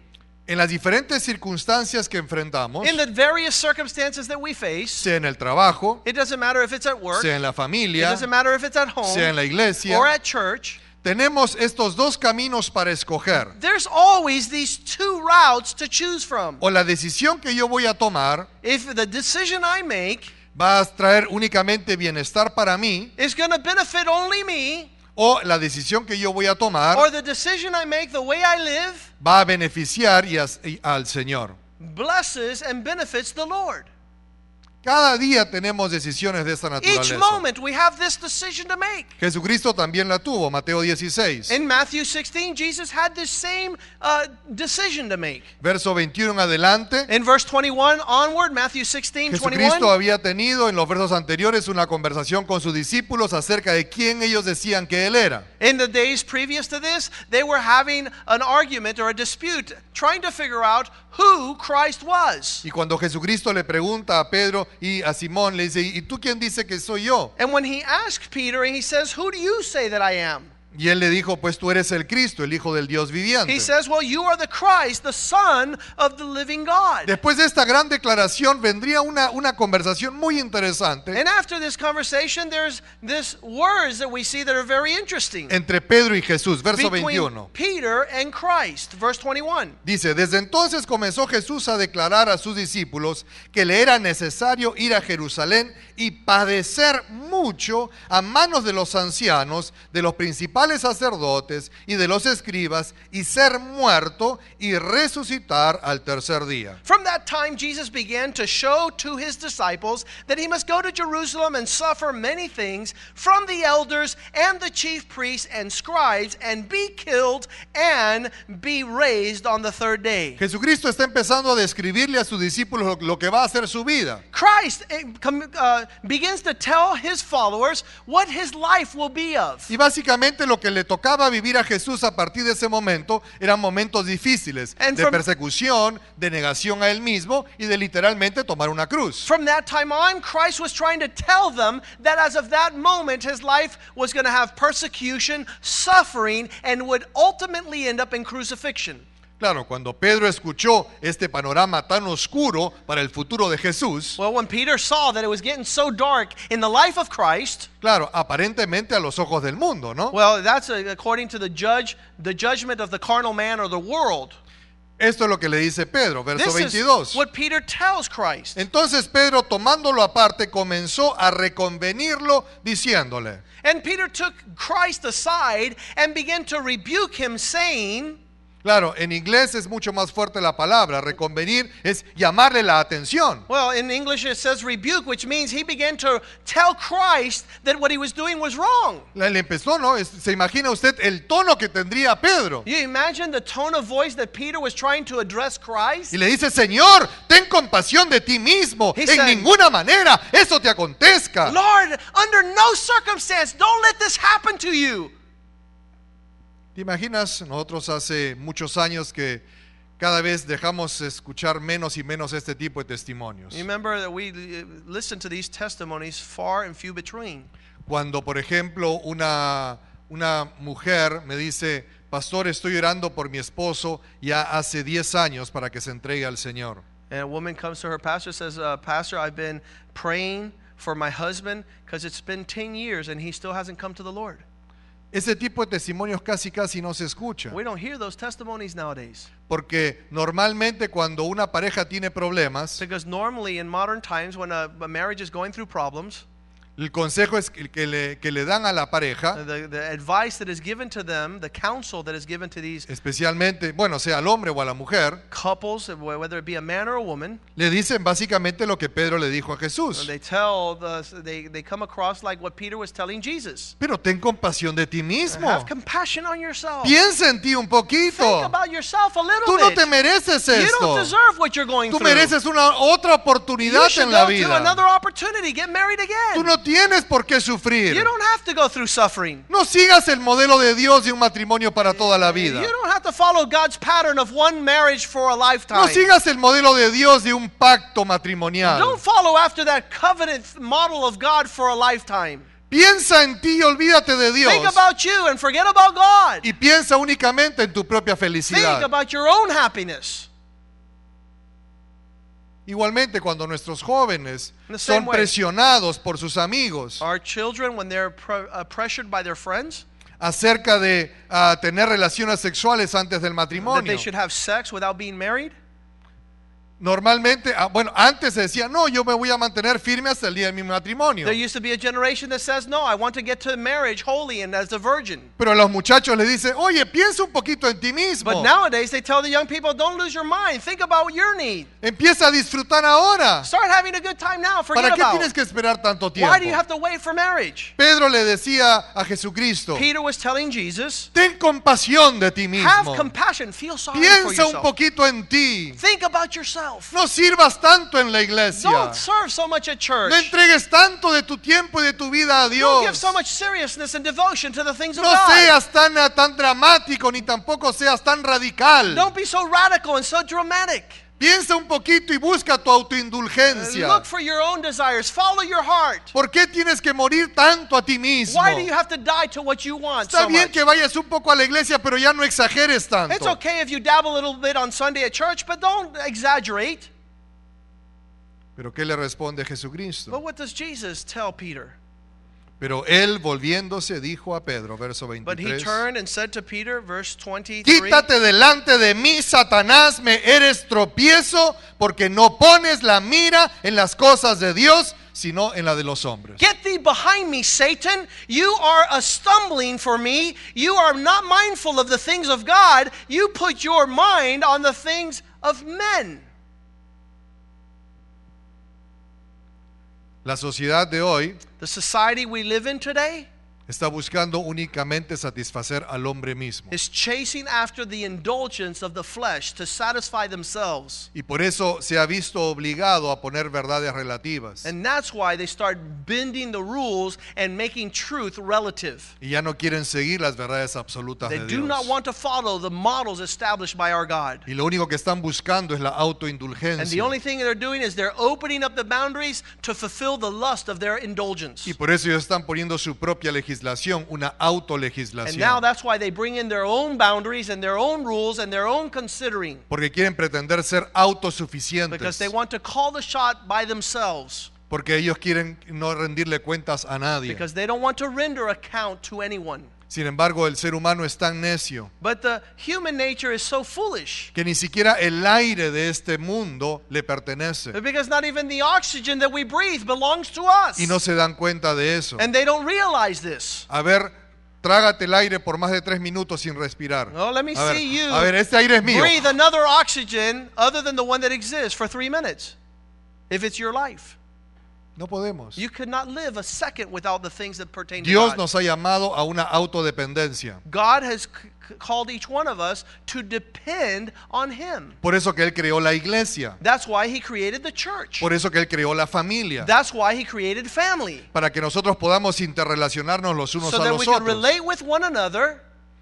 Speaker 1: en las diferentes circunstancias que enfrentamos,
Speaker 2: in the various circumstances that we face,
Speaker 1: sea en el trabajo,
Speaker 2: it doesn't matter if it's at work,
Speaker 1: sea en la
Speaker 2: it
Speaker 1: familia,
Speaker 2: doesn't matter if it's at home
Speaker 1: sea en la iglesia,
Speaker 2: or at church,
Speaker 1: tenemos estos dos caminos para escoger.
Speaker 2: there's always these two routes to choose from.
Speaker 1: O la decisión que yo voy a tomar
Speaker 2: If the decision I make
Speaker 1: va a traer únicamente bienestar para mí,
Speaker 2: is going to benefit only me,
Speaker 1: o la decisión que yo voy a tomar
Speaker 2: or the decision I make, the way I live,
Speaker 1: va a beneficiar y as- y al Señor.
Speaker 2: blesses and benefits the Lord.
Speaker 1: Cada día tenemos decisiones de esta
Speaker 2: Each
Speaker 1: naturaleza.
Speaker 2: moment we have this decision to make.
Speaker 1: Jesucristo también la tuvo, Mateo 16,
Speaker 2: In Matthew 16, Jesus had this same uh, decision to make.
Speaker 1: verso 21 en adelante.
Speaker 2: In verse 21 onward, Matthew 16,
Speaker 1: Jesucristo
Speaker 2: 21,
Speaker 1: había tenido en los versos anteriores una conversación con sus discípulos acerca de quién ellos decían que él era.
Speaker 2: in the days previous to this, they were having an argument or a dispute trying to figure out who Christ was.
Speaker 1: Y cuando Jesucristo le pregunta a Pedro y a Simón, le dice, ¿y tú quién dice que soy yo?
Speaker 2: And when he asked Peter, he says, Who do you say that I am?
Speaker 1: Y él le dijo, pues tú eres el Cristo, el Hijo del Dios viviente.
Speaker 2: He says, Well, you are the Christ, the Son of the living God.
Speaker 1: Después de esta gran declaración vendría una, una conversación muy interesante
Speaker 2: And after this conversation, there's this words that we see that are very interesting
Speaker 1: entre Pedro y Jesús. Verso
Speaker 2: between
Speaker 1: 21.
Speaker 2: Peter and Christ. Verse 21.
Speaker 1: Dice, desde entonces comenzó Jesús a declarar a sus discípulos que le era necesario ir a Jerusalén y padecer mucho a manos de los ancianos, de los principales sacerdotes y de los escribas, y ser muerto y resucitar al tercer día.
Speaker 2: From that time, Jesus began to show to his disciples that he must go to Jerusalem and suffer many things from the elders and the chief priests and scribes and be killed and be raised on the third day.
Speaker 1: Jesucristo está empezando a describirle a sus discípulos lo, lo que va a hacer su vida.
Speaker 2: Christ eh, com- uh, begins to tell his followers what his life will be of.
Speaker 1: Y básicamente lo que le tocaba vivir a Jesús a partir de ese momento eran momentos difíciles
Speaker 2: And
Speaker 1: de
Speaker 2: from-
Speaker 1: persecución, de negación a él mismo y de literalmente tomar una cruz.
Speaker 2: From that time on, Christ was trying to tell them that as of that moment, his life was going to have persecution, suffering, and would ultimately end up in crucifixion.
Speaker 1: Claro, cuando Pedro escuchó este panorama tan oscuro para el futuro de Jesús,
Speaker 2: Well, when Peter saw that it was getting so dark in the life of Christ,
Speaker 1: claro, aparentemente a los ojos del mundo, ¿no?
Speaker 2: well, that's uh, according to the judge, the judgment of the carnal man or the world.
Speaker 1: Esto es lo que le dice Pedro, verso
Speaker 2: This is
Speaker 1: 22.
Speaker 2: what Peter tells Christ.
Speaker 1: Entonces Pedro, tomándolo aparte, comenzó a reconvenirlo diciéndole,
Speaker 2: And Peter took Christ aside and began to rebuke him, saying,
Speaker 1: Claro, en inglés es mucho más fuerte la palabra. Reconvenir es llamarle la atención.
Speaker 2: Well, in English it says rebuke, which means he began to tell Christ that what he was doing was wrong.
Speaker 1: La- Le empezó, ¿no? Es- Se imagina usted el tono que tendría Pedro.
Speaker 2: You imagine the tone of voice that Peter was trying to address Christ?
Speaker 1: Y le dice, Señor, ten compasión de ti mismo.
Speaker 2: He
Speaker 1: en
Speaker 2: said-
Speaker 1: ninguna manera eso te acontezca.
Speaker 2: Lord, under no circumstance, don't let this happen to you.
Speaker 1: ¿Te imaginas? Nosotros hace muchos años que cada vez dejamos escuchar menos y menos este tipo de testimonios.
Speaker 2: You remember that we uh, listen to these testimonies far and few between.
Speaker 1: Cuando, por ejemplo, una, una mujer me dice, pastor, estoy orando por mi esposo ya hace 10 años para que se entregue al Señor.
Speaker 2: And a woman comes to her pastor says, uh, Pastor, I've been praying for my husband because it's been 10 years and he still hasn't come to the Lord.
Speaker 1: Ese tipo de testimonios casi casi no se escucha,
Speaker 2: We don't hear those testimonies nowadays.
Speaker 1: porque normalmente cuando una pareja tiene problemas,
Speaker 2: Because normally in modern times, when a, a marriage is going through problems,
Speaker 1: el consejo es que que le, que le dan a la pareja,
Speaker 2: the, the advice that is given to them, the counsel that is given to these
Speaker 1: especialmente, bueno, sea al hombre o a la mujer,
Speaker 2: couples, wh- whether it be a man or a woman,
Speaker 1: le dicen básicamente lo que Pedro le dijo a Jesús.
Speaker 2: they tell the, they, they come across like what Peter was telling Jesus.
Speaker 1: Pero ten compasión de ti mismo.
Speaker 2: Have compassion on yourself.
Speaker 1: Piensa en ti un
Speaker 2: Think
Speaker 1: poquito.
Speaker 2: about yourself a little
Speaker 1: Tú no
Speaker 2: bit.
Speaker 1: te mereces
Speaker 2: you don't
Speaker 1: esto.
Speaker 2: deserve what you're going
Speaker 1: Tú
Speaker 2: through.
Speaker 1: mereces una otra oportunidad
Speaker 2: you should
Speaker 1: en la
Speaker 2: go to another
Speaker 1: vida.
Speaker 2: opportunity. Get married again.
Speaker 1: Tú no tienes por qué
Speaker 2: you
Speaker 1: sufrir.
Speaker 2: don't have to go through suffering.
Speaker 1: No sigas el modelo de Dios de un matrimonio para toda la vida.
Speaker 2: You don't have to follow God's pattern of one marriage for a lifetime.
Speaker 1: No sigas el modelo de Dios de un pacto matrimonial.
Speaker 2: Don't follow after that covenant model of God for a lifetime.
Speaker 1: Piensa en ti y olvídate de
Speaker 2: Think
Speaker 1: Dios.
Speaker 2: about you and forget about God.
Speaker 1: Y piensa únicamente en tu propia
Speaker 2: Think
Speaker 1: felicidad.
Speaker 2: about your own happiness.
Speaker 1: Igualmente cuando nuestros jóvenes
Speaker 2: In the same
Speaker 1: son
Speaker 2: way.
Speaker 1: presionados por sus amigos
Speaker 2: Our children, when they're pre- uh, pressured by their friends
Speaker 1: acerca de ah, tener relaciones sexuales antes del
Speaker 2: that they
Speaker 1: matrimonio.
Speaker 2: should have sex without being married,
Speaker 1: Normalmente, ah, bueno, antes se decía, no, yo me voy a mantener firme hasta el día de mi matrimonio.
Speaker 2: there used to be a generation that says, No, I want to get to marriage holy and as a virgin.
Speaker 1: Pero a los muchachos les dice, oye, piensa un poquito en ti
Speaker 2: But
Speaker 1: mismo.
Speaker 2: nowadays, they tell the young people, Don't lose your mind. Think about your need.
Speaker 1: Empieza a disfrutar ahora.
Speaker 2: Start having a good time now. Forget
Speaker 1: ¿Para qué
Speaker 2: about
Speaker 1: tienes que esperar tanto tiempo?
Speaker 2: Why do you have to wait for marriage?
Speaker 1: Pedro le decía a Jesucristo,
Speaker 2: Peter was telling Jesus,
Speaker 1: ten compasión de ti
Speaker 2: Have
Speaker 1: mismo.
Speaker 2: compassion. Feel sorry for
Speaker 1: Piensa un
Speaker 2: yourself.
Speaker 1: poquito en ti.
Speaker 2: Think about yourself.
Speaker 1: No sirvas tanto en la iglesia.
Speaker 2: Don't serve so much at church.
Speaker 1: No entregues tanto de tu tiempo y de tu vida a
Speaker 2: Don't give
Speaker 1: Dios.
Speaker 2: so much seriousness and devotion to the things of
Speaker 1: No
Speaker 2: God.
Speaker 1: seas tan, tan dramático ni tampoco seas tan radical.
Speaker 2: Don't be so radical and so dramatic.
Speaker 1: Piensa un poquito y busca tu autoindulgencia.
Speaker 2: Look for your own desires. Follow your heart.
Speaker 1: ¿Por qué tienes que morir tanto a ti mismo?
Speaker 2: Why do you have to die to what you want
Speaker 1: Está
Speaker 2: so
Speaker 1: bien
Speaker 2: much?
Speaker 1: que vayas un poco a la iglesia, pero ya no exageres
Speaker 2: It's
Speaker 1: tanto.
Speaker 2: okay if you dab a little bit on Sunday at church, but don't exaggerate.
Speaker 1: Pero ¿qué le responde Jesucristo?
Speaker 2: But what does Jesus tell Peter?
Speaker 1: Pero él volviéndose dijo a Pedro, verso
Speaker 2: But he
Speaker 1: 23.
Speaker 2: turned and said to Peter, verse 23,
Speaker 1: Quítate delante de mí, Satanás, me eres tropiezo porque no pones la mira en las cosas de Dios, sino en la de los hombres.
Speaker 2: Get thee behind me, Satan. You are a stumbling for me. You are not mindful of the things of God. You put your mind on the things of men.
Speaker 1: La sociedad de hoy
Speaker 2: The society we live in today
Speaker 1: está buscando únicamente satisfacer al hombre mismo.
Speaker 2: is chasing after the indulgence of the flesh to satisfy themselves.
Speaker 1: Y por eso se ha visto obligado a poner verdades relativas.
Speaker 2: And that's why they start bending the rules and making truth relative.
Speaker 1: Y ya no quieren seguir las verdades absolutas
Speaker 2: They
Speaker 1: de
Speaker 2: do not
Speaker 1: Dios.
Speaker 2: want to follow the models established by our God.
Speaker 1: Y lo único que están buscando es la
Speaker 2: And the
Speaker 1: autoindulgencia.
Speaker 2: only thing they're doing is they're opening up the boundaries to fulfill the lust of their indulgence.
Speaker 1: Y por eso ellos están poniendo su propia legislación, una
Speaker 2: And now
Speaker 1: autolegislación.
Speaker 2: that's why they bring in their own boundaries and their own rules and their own considering
Speaker 1: Porque quieren pretender ser
Speaker 2: because
Speaker 1: autosuficientes.
Speaker 2: they want to call the shot by themselves
Speaker 1: Porque ellos quieren no rendirle cuentas a nadie.
Speaker 2: because they don't want to render account to anyone.
Speaker 1: Sin embargo, el ser humano es tan necio
Speaker 2: But the human nature is so foolish
Speaker 1: que ni siquiera el aire de este mundo le pertenece.
Speaker 2: because not even the oxygen that we breathe belongs to us.
Speaker 1: Y no se dan cuenta de eso.
Speaker 2: And they don't realize this.
Speaker 1: A ver, trágate el aire por más de tres minutos sin respirar.
Speaker 2: No, Oh, let me
Speaker 1: a, ver,
Speaker 2: see you
Speaker 1: a ver, este aire es mío.
Speaker 2: Breathe another oxygen other than the one that exists for three minutes if it's your life.
Speaker 1: No podemos.
Speaker 2: You could not live a second without the things that pertain to
Speaker 1: Dios
Speaker 2: God.
Speaker 1: nos ha llamado a una autodependencia.
Speaker 2: God has c- c- called each one of us to depend on Him.
Speaker 1: Por eso que Él creó la iglesia.
Speaker 2: That's why He created the church.
Speaker 1: Por eso que Él creó la familia.
Speaker 2: That's why He created family.
Speaker 1: Para que nosotros podamos interrelacionarnos los unos
Speaker 2: So
Speaker 1: a
Speaker 2: that
Speaker 1: los
Speaker 2: we can
Speaker 1: otros.
Speaker 2: relate with one another.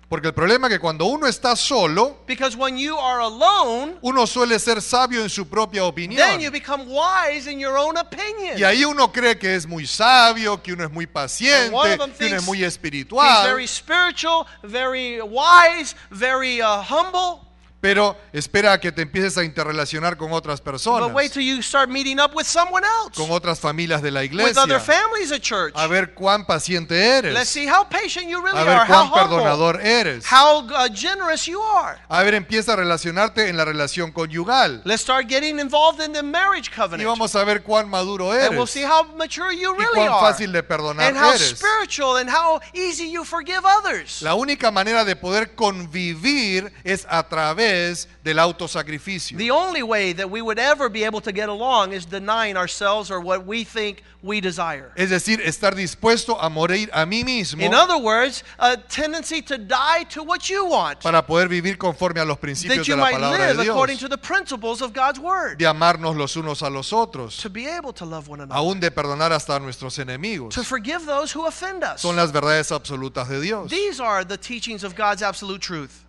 Speaker 1: Porque el problema es que cuando uno está solo,
Speaker 2: Because when you are alone,
Speaker 1: uno suele ser sabio en su propia opinión.
Speaker 2: then you become wise in your own opinion.
Speaker 1: Y ahí uno cree que es muy sabio, que uno es muy
Speaker 2: And one
Speaker 1: paciente,
Speaker 2: of them
Speaker 1: que uno es
Speaker 2: thinks
Speaker 1: muy
Speaker 2: He's very
Speaker 1: espiritual.
Speaker 2: spiritual, very wise, very uh, humble.
Speaker 1: Pero espera a que te empieces a interrelacionar con otras
Speaker 2: But wait
Speaker 1: personas,
Speaker 2: till you start meeting up with someone else,
Speaker 1: con otras familias de la
Speaker 2: with other
Speaker 1: iglesia.
Speaker 2: families at church.
Speaker 1: A ver cuán paciente
Speaker 2: Let's
Speaker 1: eres.
Speaker 2: see how patient you really
Speaker 1: A ver
Speaker 2: are,
Speaker 1: cuán
Speaker 2: how humble,
Speaker 1: perdonador eres.
Speaker 2: how uh, generous you are.
Speaker 1: A ver, empieza a relacionarte en la relación conyugal.
Speaker 2: Let's start getting involved in the marriage
Speaker 1: Y
Speaker 2: covenant.
Speaker 1: vamos a ver cuán maduro
Speaker 2: And we'll
Speaker 1: eres.
Speaker 2: see
Speaker 1: Y
Speaker 2: how mature you really
Speaker 1: cuán
Speaker 2: are.
Speaker 1: fácil de perdonar
Speaker 2: And how
Speaker 1: eres.
Speaker 2: spiritual and how easy you forgive others.
Speaker 1: La única manera de poder convivir es a través del autosacrificio.
Speaker 2: The only way that we would ever be able to get along is denying ourselves or what we think we desire.
Speaker 1: Es decir, estar dispuesto a morir a mí mismo
Speaker 2: In other words, a tendency to die to what you want,
Speaker 1: para poder vivir conforme a los
Speaker 2: that
Speaker 1: principios de
Speaker 2: you
Speaker 1: la
Speaker 2: might
Speaker 1: palabra
Speaker 2: live
Speaker 1: de
Speaker 2: according
Speaker 1: Dios,
Speaker 2: to the principles of God's Word,
Speaker 1: de amarnos los unos a los otros,
Speaker 2: to be able to love one another,
Speaker 1: aún de perdonar hasta a nuestros enemigos.
Speaker 2: to forgive those who offend us.
Speaker 1: Son las verdades absolutas de Dios.
Speaker 2: These are the teachings of God's absolute truth.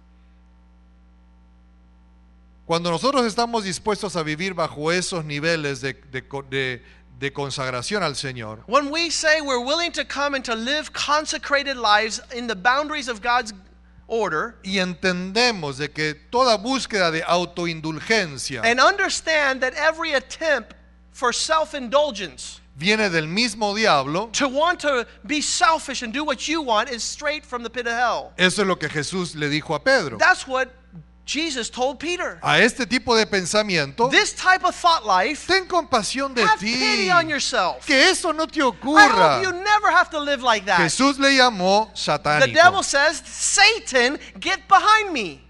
Speaker 1: Cuando nosotros estamos dispuestos a vivir bajo esos niveles de, de co- de- de consagración al Señor,
Speaker 2: When we say we're willing to come and to live consecrated lives in the boundaries of God's order
Speaker 1: y entendemos de que toda búsqueda de autoindulgencia
Speaker 2: and understand that every attempt for self indulgence,
Speaker 1: viene del mismo diablo,
Speaker 2: to want to be selfish and do what you want, is straight from the pit of hell.
Speaker 1: eso es lo que Jesús le dijo a Pedro.
Speaker 2: That's what Jesus told Peter.
Speaker 1: A este tipo de pensamiento,
Speaker 2: This type of thought life,
Speaker 1: ten compasión de
Speaker 2: have
Speaker 1: ti,
Speaker 2: pity on yourself.
Speaker 1: que eso no te
Speaker 2: I
Speaker 1: ocurra.
Speaker 2: hope you never have to live like that.
Speaker 1: Jesús le llamó
Speaker 2: The
Speaker 1: satánico.
Speaker 2: devil says, Satan, get behind me.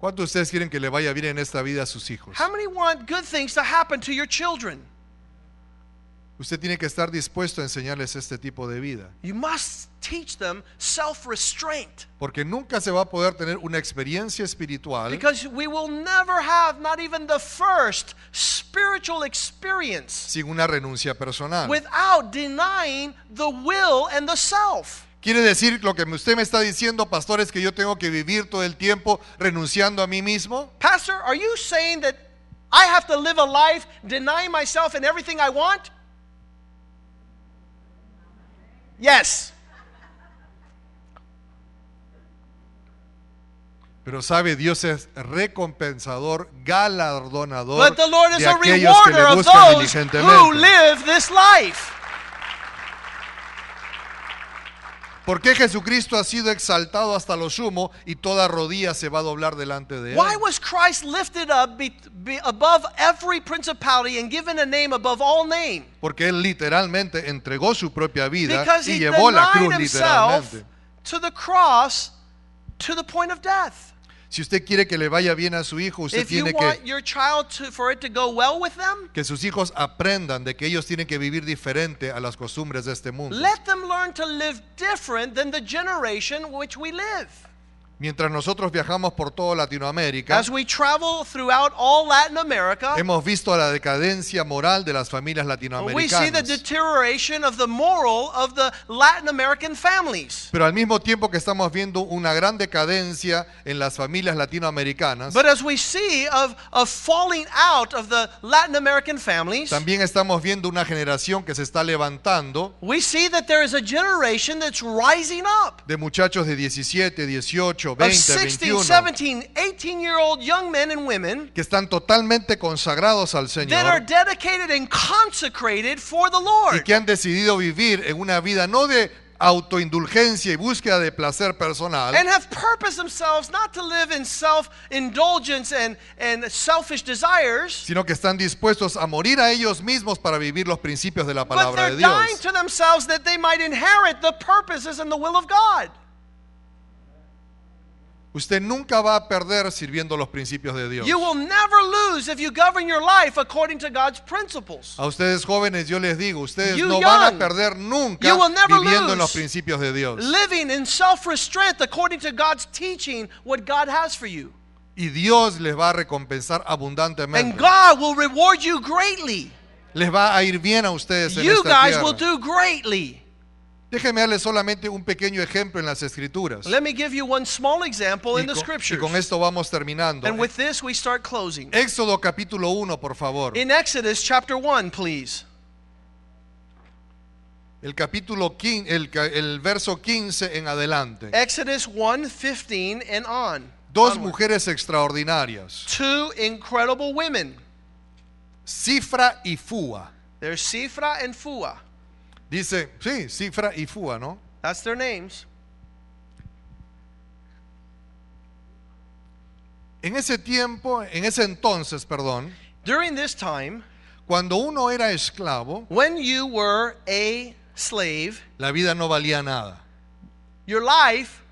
Speaker 1: ¿Cuántos de ustedes quieren que le vaya bien en esta vida a sus hijos?
Speaker 2: How many want good things to happen to your children?
Speaker 1: Usted tiene que estar dispuesto a enseñarles este tipo de vida.
Speaker 2: You must teach them self restraint
Speaker 1: Porque nunca se va a poder tener una experiencia espiritual
Speaker 2: because we will never have not even the first spiritual experience
Speaker 1: sin una renuncia personal.
Speaker 2: without denying the will and the self.
Speaker 1: Quiere decir lo que usted me está diciendo, pastor, es que yo tengo que vivir todo el tiempo renunciando a mí mismo.
Speaker 2: Pastor, are you saying that I have to live a life denying myself and everything I want? Yes.
Speaker 1: Pero sabe, Dios es recompensador, galardonador
Speaker 2: But the Lord is
Speaker 1: de
Speaker 2: a
Speaker 1: aquellos que
Speaker 2: rewarder
Speaker 1: le
Speaker 2: of
Speaker 1: buscan
Speaker 2: those who
Speaker 1: diligentemente.
Speaker 2: live this life.
Speaker 1: ¿Por qué Jesucristo ha sido exaltado hasta lo sumo y toda rodilla se va a doblar delante de él?
Speaker 2: Why was Christ lifted up be, be above every principality and given a name above all name?
Speaker 1: Porque él literalmente entregó su propia vida
Speaker 2: Because
Speaker 1: y
Speaker 2: he
Speaker 1: llevó la
Speaker 2: denied
Speaker 1: cruz
Speaker 2: himself
Speaker 1: literalmente.
Speaker 2: to the cross to the point of death.
Speaker 1: Si usted quiere que le vaya bien a su hijo, usted
Speaker 2: If you
Speaker 1: tiene
Speaker 2: want
Speaker 1: que
Speaker 2: your child to, for it to go well with them,
Speaker 1: que sus hijos aprendan de que ellos tienen que vivir diferente a las costumbres de este mundo.
Speaker 2: let them learn to live different than the generation which we live.
Speaker 1: Mientras nosotros viajamos por toda Latinoamérica,
Speaker 2: As we travel throughout all Latin America,
Speaker 1: hemos visto la decadencia moral de las familias
Speaker 2: we see the
Speaker 1: latinoamericanas.
Speaker 2: deterioration of the moral of the Latin American families.
Speaker 1: Pero al mismo tiempo que estamos viendo una gran decadencia en las familias latinoamericanas,
Speaker 2: But as we see of, of falling out of the Latin American families,
Speaker 1: también estamos viendo una generación que se está levantando
Speaker 2: we see that there is a generation that's rising up
Speaker 1: de muchachos de 17, 18,
Speaker 2: of
Speaker 1: 20,
Speaker 2: 16,
Speaker 1: 21,
Speaker 2: 17, 18 year old young men and women
Speaker 1: que están totalmente consagrados al
Speaker 2: that are
Speaker 1: Señor
Speaker 2: dedicated and consecrated for the
Speaker 1: y
Speaker 2: Lord.
Speaker 1: que han decidido vivir en una vida no de autoindulgencia y búsqueda de placer personal,
Speaker 2: And have purposed themselves not to live in self indulgence and, and selfish desires,
Speaker 1: sino que están dispuestos a morir a ellos mismos para vivir los principios de la
Speaker 2: but
Speaker 1: palabra de
Speaker 2: they're dying
Speaker 1: Dios.
Speaker 2: to themselves that they might inherit the purposes and the will of God.
Speaker 1: Usted nunca va a perder sirviendo los principios de Dios.
Speaker 2: You will never lose if you govern your life according to God's principles.
Speaker 1: A ustedes jóvenes yo les digo, ustedes
Speaker 2: You
Speaker 1: no van a
Speaker 2: young,
Speaker 1: perder nunca
Speaker 2: you will never
Speaker 1: viviendo en los
Speaker 2: lose.
Speaker 1: principios de Dios.
Speaker 2: Living in self restraint according to God's teaching, what God has for you.
Speaker 1: Y Dios les va a recompensar abundantemente.
Speaker 2: And God will reward you greatly.
Speaker 1: Les va a ir bien a ustedes en
Speaker 2: You
Speaker 1: esta
Speaker 2: guys will
Speaker 1: tierra.
Speaker 2: do greatly.
Speaker 1: Déjenme darles solamente un pequeño ejemplo en las Escrituras.
Speaker 2: Let me give you one small example in
Speaker 1: Y con, y
Speaker 2: the scriptures.
Speaker 1: con esto eh. vamos terminando.
Speaker 2: And with this, we start closing.
Speaker 1: Éxodo capítulo 1, por favor.
Speaker 2: In Exodus chapter 1, please.
Speaker 1: El capítulo 15, el, ca- el verso 15 en adelante.
Speaker 2: Eh, Exodus 1 15 and on.
Speaker 1: Dos
Speaker 2: Onward.
Speaker 1: mujeres extraordinarias,
Speaker 2: Two incredible women.
Speaker 1: Cifra y Fua.
Speaker 2: There's Sifra and Fua.
Speaker 1: Dice, sí, Cifra y Fua, ¿no?
Speaker 2: That's their names.
Speaker 1: En ese tiempo, en ese entonces, perdón,
Speaker 2: During this time,
Speaker 1: cuando uno era esclavo,
Speaker 2: when you were a slave,
Speaker 1: la vida no valía nada.
Speaker 2: your life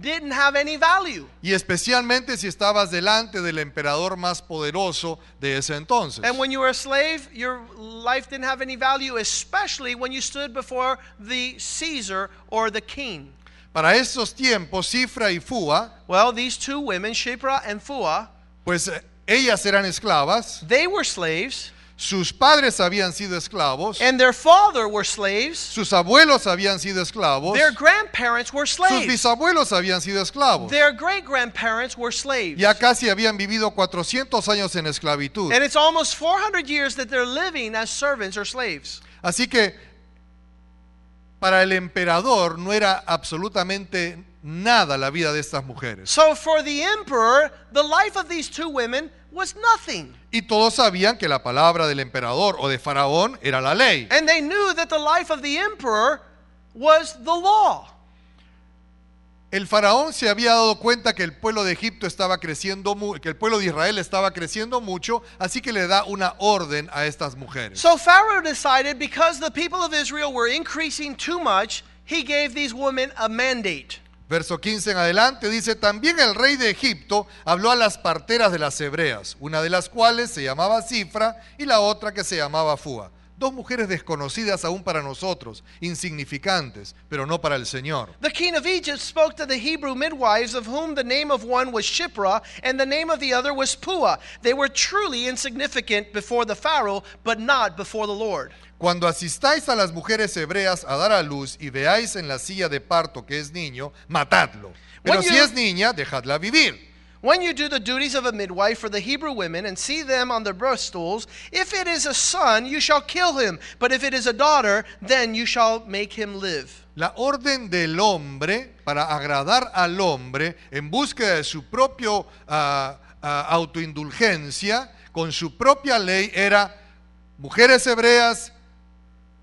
Speaker 2: didn't have any value.
Speaker 1: Y especialmente si estabas delante del emperador más poderoso de ese entonces.
Speaker 2: And when you were a slave, your life didn't have any value, especially when you stood before the Caesar or the king.
Speaker 1: Para esos tiempos, Cifra y Fua,
Speaker 2: Well, these two women, Shipra and Fua,
Speaker 1: pues eh, ellas eran esclavas,
Speaker 2: they were slaves,
Speaker 1: sus padres habían sido esclavos,
Speaker 2: and their father were slaves,
Speaker 1: sus abuelos habían sido esclavos,
Speaker 2: their grandparents were
Speaker 1: sus
Speaker 2: slaves,
Speaker 1: bisabuelos habían sido esclavos.
Speaker 2: their great grandparents were slaves.
Speaker 1: Ya casi habían vivido 400 años en esclavitud.
Speaker 2: And it's almost 400 years that they're living as servants or slaves.
Speaker 1: Así que para el emperador no era absolutamente nada la vida de estas mujeres.
Speaker 2: So for the emperor, the life of these two women was nothing.
Speaker 1: Y todos sabían que la palabra del emperador o de faraón era la ley.
Speaker 2: And they knew that the life of the emperor was the law.
Speaker 1: El faraón se había dado cuenta que el pueblo de Egipto estaba creciendo, mu- que el pueblo de Israel estaba creciendo mucho, así que le da una orden a estas mujeres.
Speaker 2: So Pharaoh decided because the people of Israel were increasing too much, he gave these women a mandate.
Speaker 1: Verso 15 en adelante dice, también el rey de Egipto habló a las parteras de las hebreas, una de las cuales se llamaba Cifra y la otra que se llamaba Fua. Dos mujeres desconocidas aún para nosotros, insignificantes, pero no para el Señor.
Speaker 2: The king of Egypt spoke to the Hebrew midwives, of whom the name of one was Shipra and the name of the other was Pua. They were truly insignificant before the Pharaoh, but not before the Lord.
Speaker 1: Cuando asistáis a las mujeres hebreas a dar a luz y veáis en la silla de parto que es niño, matadlo. Pero
Speaker 2: When
Speaker 1: si
Speaker 2: you-
Speaker 1: es niña, dejadla vivir.
Speaker 2: When you do the duties of a midwife for the Hebrew women and see them on their birthstools, if it is a son, you shall kill him, but if it is a daughter, then you shall make him live.
Speaker 1: La orden del hombre para agradar al hombre en búsqueda de su propio ah, ah, autoindulgencia con su propia ley era mujeres hebreas,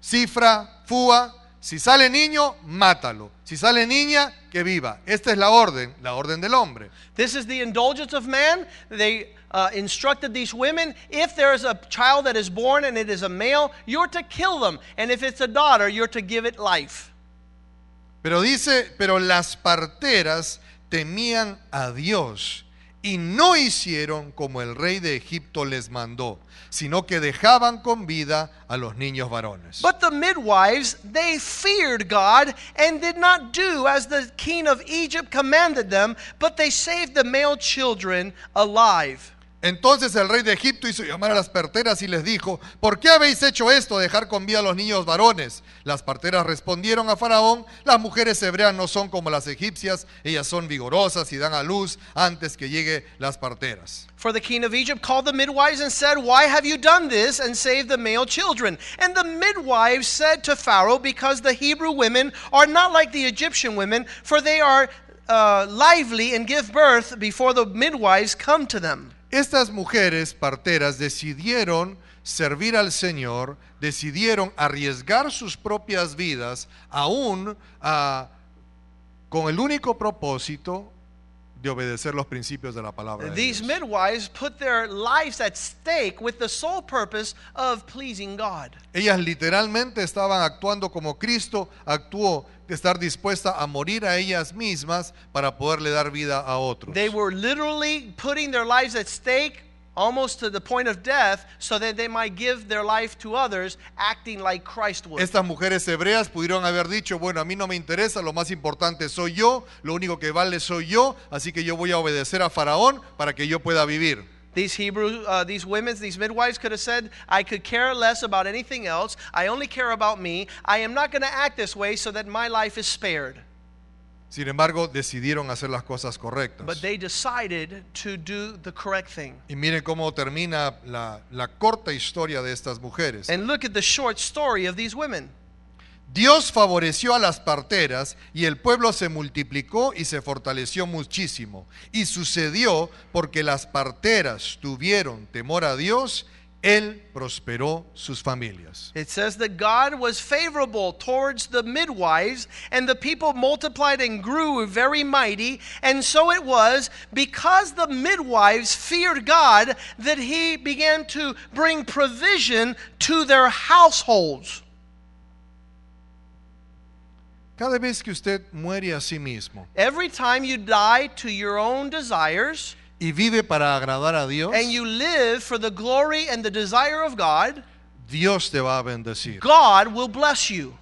Speaker 1: cifra, fua, si sale niño, mátalo, si sale niña, que viva. Esta es la orden, la orden del hombre.
Speaker 2: This is the indulgence of man. They uh, instructed these women if there is a child that is born and it is a male, you're to kill them, and if it's a daughter, you're to give it life.
Speaker 1: Pero dice, pero las parteras temían a Dios y no hicieron como el rey de Egipto les mandó, sino que dejaban con vida a los niños varones.
Speaker 2: But the midwives, they feared God and did not do as the king of Egypt commanded them, but they saved the male children alive.
Speaker 1: Entonces el rey de Egipto hizo llamar a las parteras y les dijo, ¿por qué habéis hecho esto, dejar con vida a los niños varones? Las parteras respondieron a Faraón, las mujeres hebreas no son como las egipcias, ellas son vigorosas y dan a luz antes que llegue las parteras.
Speaker 2: For the king of Egypt called the midwives and said, Why have you done this and saved the male children? And the midwives said to Pharaoh, Because the Hebrew women are not like the Egyptian women, for they are uh, lively and give birth before the midwives come to them.
Speaker 1: Estas mujeres parteras decidieron servir al Señor, decidieron arriesgar sus propias vidas, aún ah, con el único propósito de obedecer los principios de la palabra. de
Speaker 2: These
Speaker 1: Dios.
Speaker 2: midwives put their lives at stake with the sole purpose of pleasing God.
Speaker 1: Ellas literalmente estaban actuando como Cristo actuó, de estar dispuesta a morir a ellas mismas para poderle dar vida a otros.
Speaker 2: They were literally putting their lives at stake almost to the point of death so that they might give their life to others, acting like Christ would.
Speaker 1: Estas mujeres hebreas pudieron haber dicho, bueno, a mí no me interesa, lo más importante soy yo, lo único que vale soy yo, así que yo voy a obedecer a Faraón para que yo pueda vivir.
Speaker 2: These Hebrew, uh, these women, these midwives could have said, I could care less about anything else. I only care about me. I am not going to act this way so that my life is spared.
Speaker 1: Sin embargo, decidieron hacer las cosas correctas.
Speaker 2: But they decided to do the correct thing.
Speaker 1: Y miren cómo termina la, la corta historia de estas mujeres.
Speaker 2: And look at the short story of these women.
Speaker 1: Dios favoreció a las parteras y el pueblo se multiplicó y se fortaleció muchísimo. Y sucedió porque las parteras tuvieron temor a Dios, Él prosperó sus familias.
Speaker 2: It says that God was favorable towards the midwives, and the people multiplied and grew very mighty. And so it was because the midwives feared God that He began to bring provision to their households.
Speaker 1: Cada vez que usted muere a sí mismo
Speaker 2: Every time you die to your own desires
Speaker 1: y vive para agradar a Dios,
Speaker 2: and you live for the glory and the desire of God,
Speaker 1: Dios te va a bendecir.
Speaker 2: God will bless you.